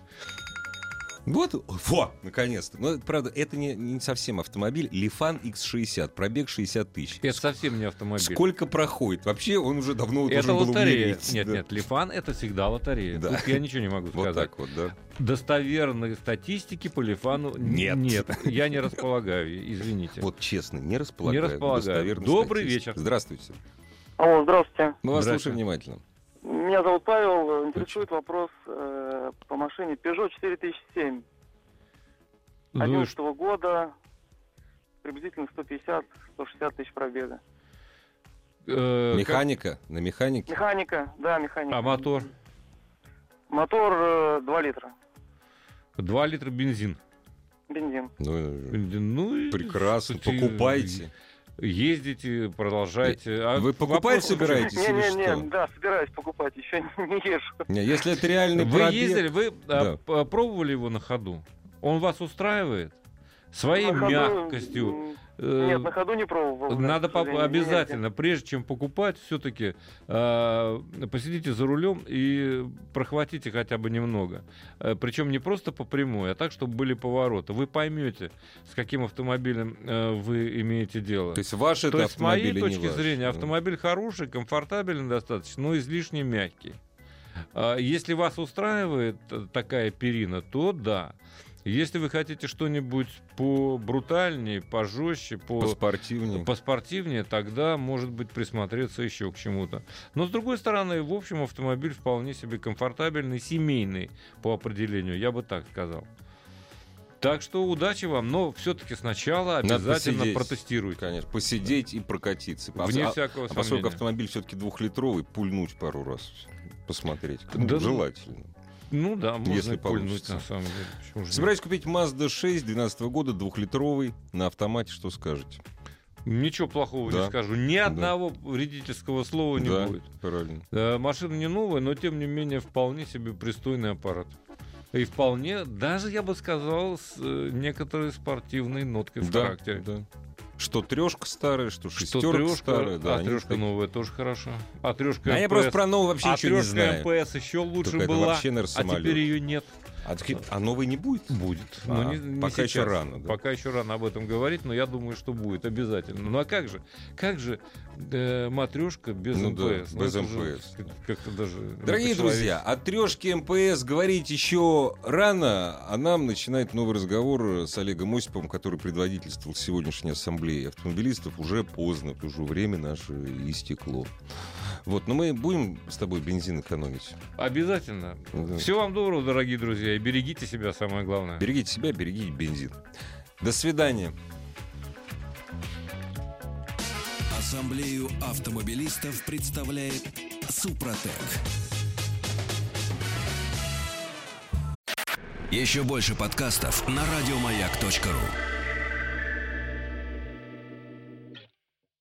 [SPEAKER 1] Вот, во, наконец-то. Но, правда, это не, не совсем автомобиль. Лифан X60, пробег 60 тысяч.
[SPEAKER 2] Это совсем не автомобиль.
[SPEAKER 1] Сколько проходит? Вообще, он уже давно вот
[SPEAKER 2] это
[SPEAKER 1] должен был
[SPEAKER 2] лотерея.
[SPEAKER 1] умереть.
[SPEAKER 2] нет,
[SPEAKER 1] Да.
[SPEAKER 2] нет, Лифан это всегда лотерея.
[SPEAKER 1] Да.
[SPEAKER 2] Тут я ничего не могу
[SPEAKER 1] Вот
[SPEAKER 2] сказать.
[SPEAKER 1] так вот, да.
[SPEAKER 2] Достоверной статистики по Лифану н-
[SPEAKER 1] Нет.
[SPEAKER 2] нет. Я не располагаю, извините.
[SPEAKER 1] Вот честно, не располагаю.
[SPEAKER 2] Не располагаю.
[SPEAKER 1] достоверной
[SPEAKER 2] Добрый
[SPEAKER 1] статистикой.
[SPEAKER 2] вечер.
[SPEAKER 1] Здравствуйте.
[SPEAKER 8] Алло, здравствуйте.
[SPEAKER 1] Мы вас
[SPEAKER 2] Здравствуйте.
[SPEAKER 1] слушаем внимательно.
[SPEAKER 8] Меня зовут Павел. Интересует вопрос э, по машине Peugeot 4007.
[SPEAKER 2] Ну,
[SPEAKER 8] 11 года, приблизительно 150-160 тысяч пробега.
[SPEAKER 2] э, как-
[SPEAKER 1] Механика? На механике?
[SPEAKER 8] Механика, да, механика.
[SPEAKER 2] А мотор?
[SPEAKER 8] Мотор э, 2 литра,
[SPEAKER 2] 2 литра бензин.
[SPEAKER 8] бензин.
[SPEAKER 1] Ну, э,
[SPEAKER 2] Бензин, Ну, и,
[SPEAKER 1] прекрасно.
[SPEAKER 2] слушайте,
[SPEAKER 1] Покупайте.
[SPEAKER 2] Ездите, продолжайте. А
[SPEAKER 1] Э, Вы покупать
[SPEAKER 2] вопрос-
[SPEAKER 1] собираетесь или что?
[SPEAKER 8] Не-не-не, да, собираюсь покупать, еще не, не езжу.
[SPEAKER 1] Не, Если это реальный
[SPEAKER 2] Вы
[SPEAKER 1] пробег...
[SPEAKER 2] ездили, вы а,
[SPEAKER 1] Да.
[SPEAKER 2] п- а, пробовали его на ходу? Он вас устраивает? Своей
[SPEAKER 8] На ходу,
[SPEAKER 2] мягкостью.
[SPEAKER 8] м,
[SPEAKER 2] э,
[SPEAKER 8] Нет, на ходу не пробовал. да,
[SPEAKER 2] Надо
[SPEAKER 8] к
[SPEAKER 2] поп-
[SPEAKER 8] сожалению, не
[SPEAKER 2] обязательно, прежде чем покупать, все-таки посидите за рулем и прохватите хотя бы немного. Причем не просто по прямой, а так, чтобы были повороты. Вы поймете, с каким автомобилем э, вы имеете дело.
[SPEAKER 1] То есть ваш это
[SPEAKER 2] То есть, с
[SPEAKER 1] автомобиль
[SPEAKER 2] моей
[SPEAKER 1] или не
[SPEAKER 2] точки
[SPEAKER 1] ваш?
[SPEAKER 2] зрения,
[SPEAKER 1] Ну,
[SPEAKER 2] автомобиль хороший, комфортабельный достаточно, но излишне мягкий. А, Если вас устраивает э, такая перина, то да. Если вы хотите что-нибудь по брутальнее, пожестче, по
[SPEAKER 1] Поспортивнее.
[SPEAKER 2] поспортивнее, тогда, может быть, присмотреться еще к чему-то. Но, с другой стороны, в общем, автомобиль вполне себе комфортабельный, семейный по определению, я бы так сказал. Так что удачи вам, но все-таки сначала
[SPEAKER 1] Надо
[SPEAKER 2] обязательно
[SPEAKER 1] посидеть.
[SPEAKER 2] протестируйте.
[SPEAKER 1] Конечно, посидеть и прокатиться. А-
[SPEAKER 2] Вне
[SPEAKER 1] а-
[SPEAKER 2] всякого
[SPEAKER 1] а
[SPEAKER 2] сомнения.
[SPEAKER 1] поскольку автомобиль все-таки двухлитровый, пульнуть пару раз. Посмотреть.
[SPEAKER 2] Да ну,
[SPEAKER 1] Желательно.
[SPEAKER 2] Ну да, можно
[SPEAKER 1] Если
[SPEAKER 2] и пульнуть,
[SPEAKER 1] получится.
[SPEAKER 2] на самом деле. Почему же нет?
[SPEAKER 1] Собираюсь купить Mazda 6 12 года, двухлитровый, на автомате, что скажете?
[SPEAKER 2] Ничего плохого
[SPEAKER 1] Да.
[SPEAKER 2] не скажу. Ни одного вредительского слова не
[SPEAKER 1] да,
[SPEAKER 2] будет.
[SPEAKER 1] правильно.
[SPEAKER 2] Э, Машина не новая, но тем не менее вполне себе пристойный аппарат. И вполне, даже я бы сказал, с э, некоторой спортивной ноткой в
[SPEAKER 1] Да,
[SPEAKER 2] характере.
[SPEAKER 1] да. Что трешка старая, что
[SPEAKER 2] Что
[SPEAKER 1] шестерка
[SPEAKER 2] трёшка,
[SPEAKER 1] старая, да.
[SPEAKER 2] а
[SPEAKER 1] они
[SPEAKER 2] трешка
[SPEAKER 1] такие.
[SPEAKER 2] новая тоже хорошо. А трешка
[SPEAKER 1] А я просто про новый вообще
[SPEAKER 2] а
[SPEAKER 1] ничего не
[SPEAKER 2] трёшка
[SPEAKER 1] знаю.
[SPEAKER 2] МПС еще лучше
[SPEAKER 1] Только это
[SPEAKER 2] была,
[SPEAKER 1] вообще, наверное,
[SPEAKER 2] а
[SPEAKER 1] самолёт.
[SPEAKER 2] теперь ее нет.
[SPEAKER 1] А, такие, а новый не будет?
[SPEAKER 2] Будет.
[SPEAKER 1] А, пока еще рано, да.
[SPEAKER 2] Пока еще рано об этом говорить, но я думаю, что будет обязательно. Ну а как же? Как же э, матрешка без
[SPEAKER 1] Ну да,
[SPEAKER 2] МПС?
[SPEAKER 1] без
[SPEAKER 2] это же
[SPEAKER 1] МПС.
[SPEAKER 2] как- Как-то даже... ну,
[SPEAKER 1] Дорогие
[SPEAKER 2] по-человечески.
[SPEAKER 1] друзья, о трешке МПС говорить еще рано, а нам начинает новый разговор с Олегом Осиповым, который предводительствовал сегодняшней ассамблеи автомобилистов. Уже поздно, потому что время наше истекло. Вот, но мы будем с тобой бензин экономить.
[SPEAKER 2] Обязательно.
[SPEAKER 1] Да.
[SPEAKER 2] Всего вам доброго, дорогие друзья, и берегите себя, самое главное.
[SPEAKER 1] Берегите себя, берегите бензин. До свидания.
[SPEAKER 3] Ассамблею автомобилистов представляет Супротек. Еще больше подкастов на радиомаяк.ру.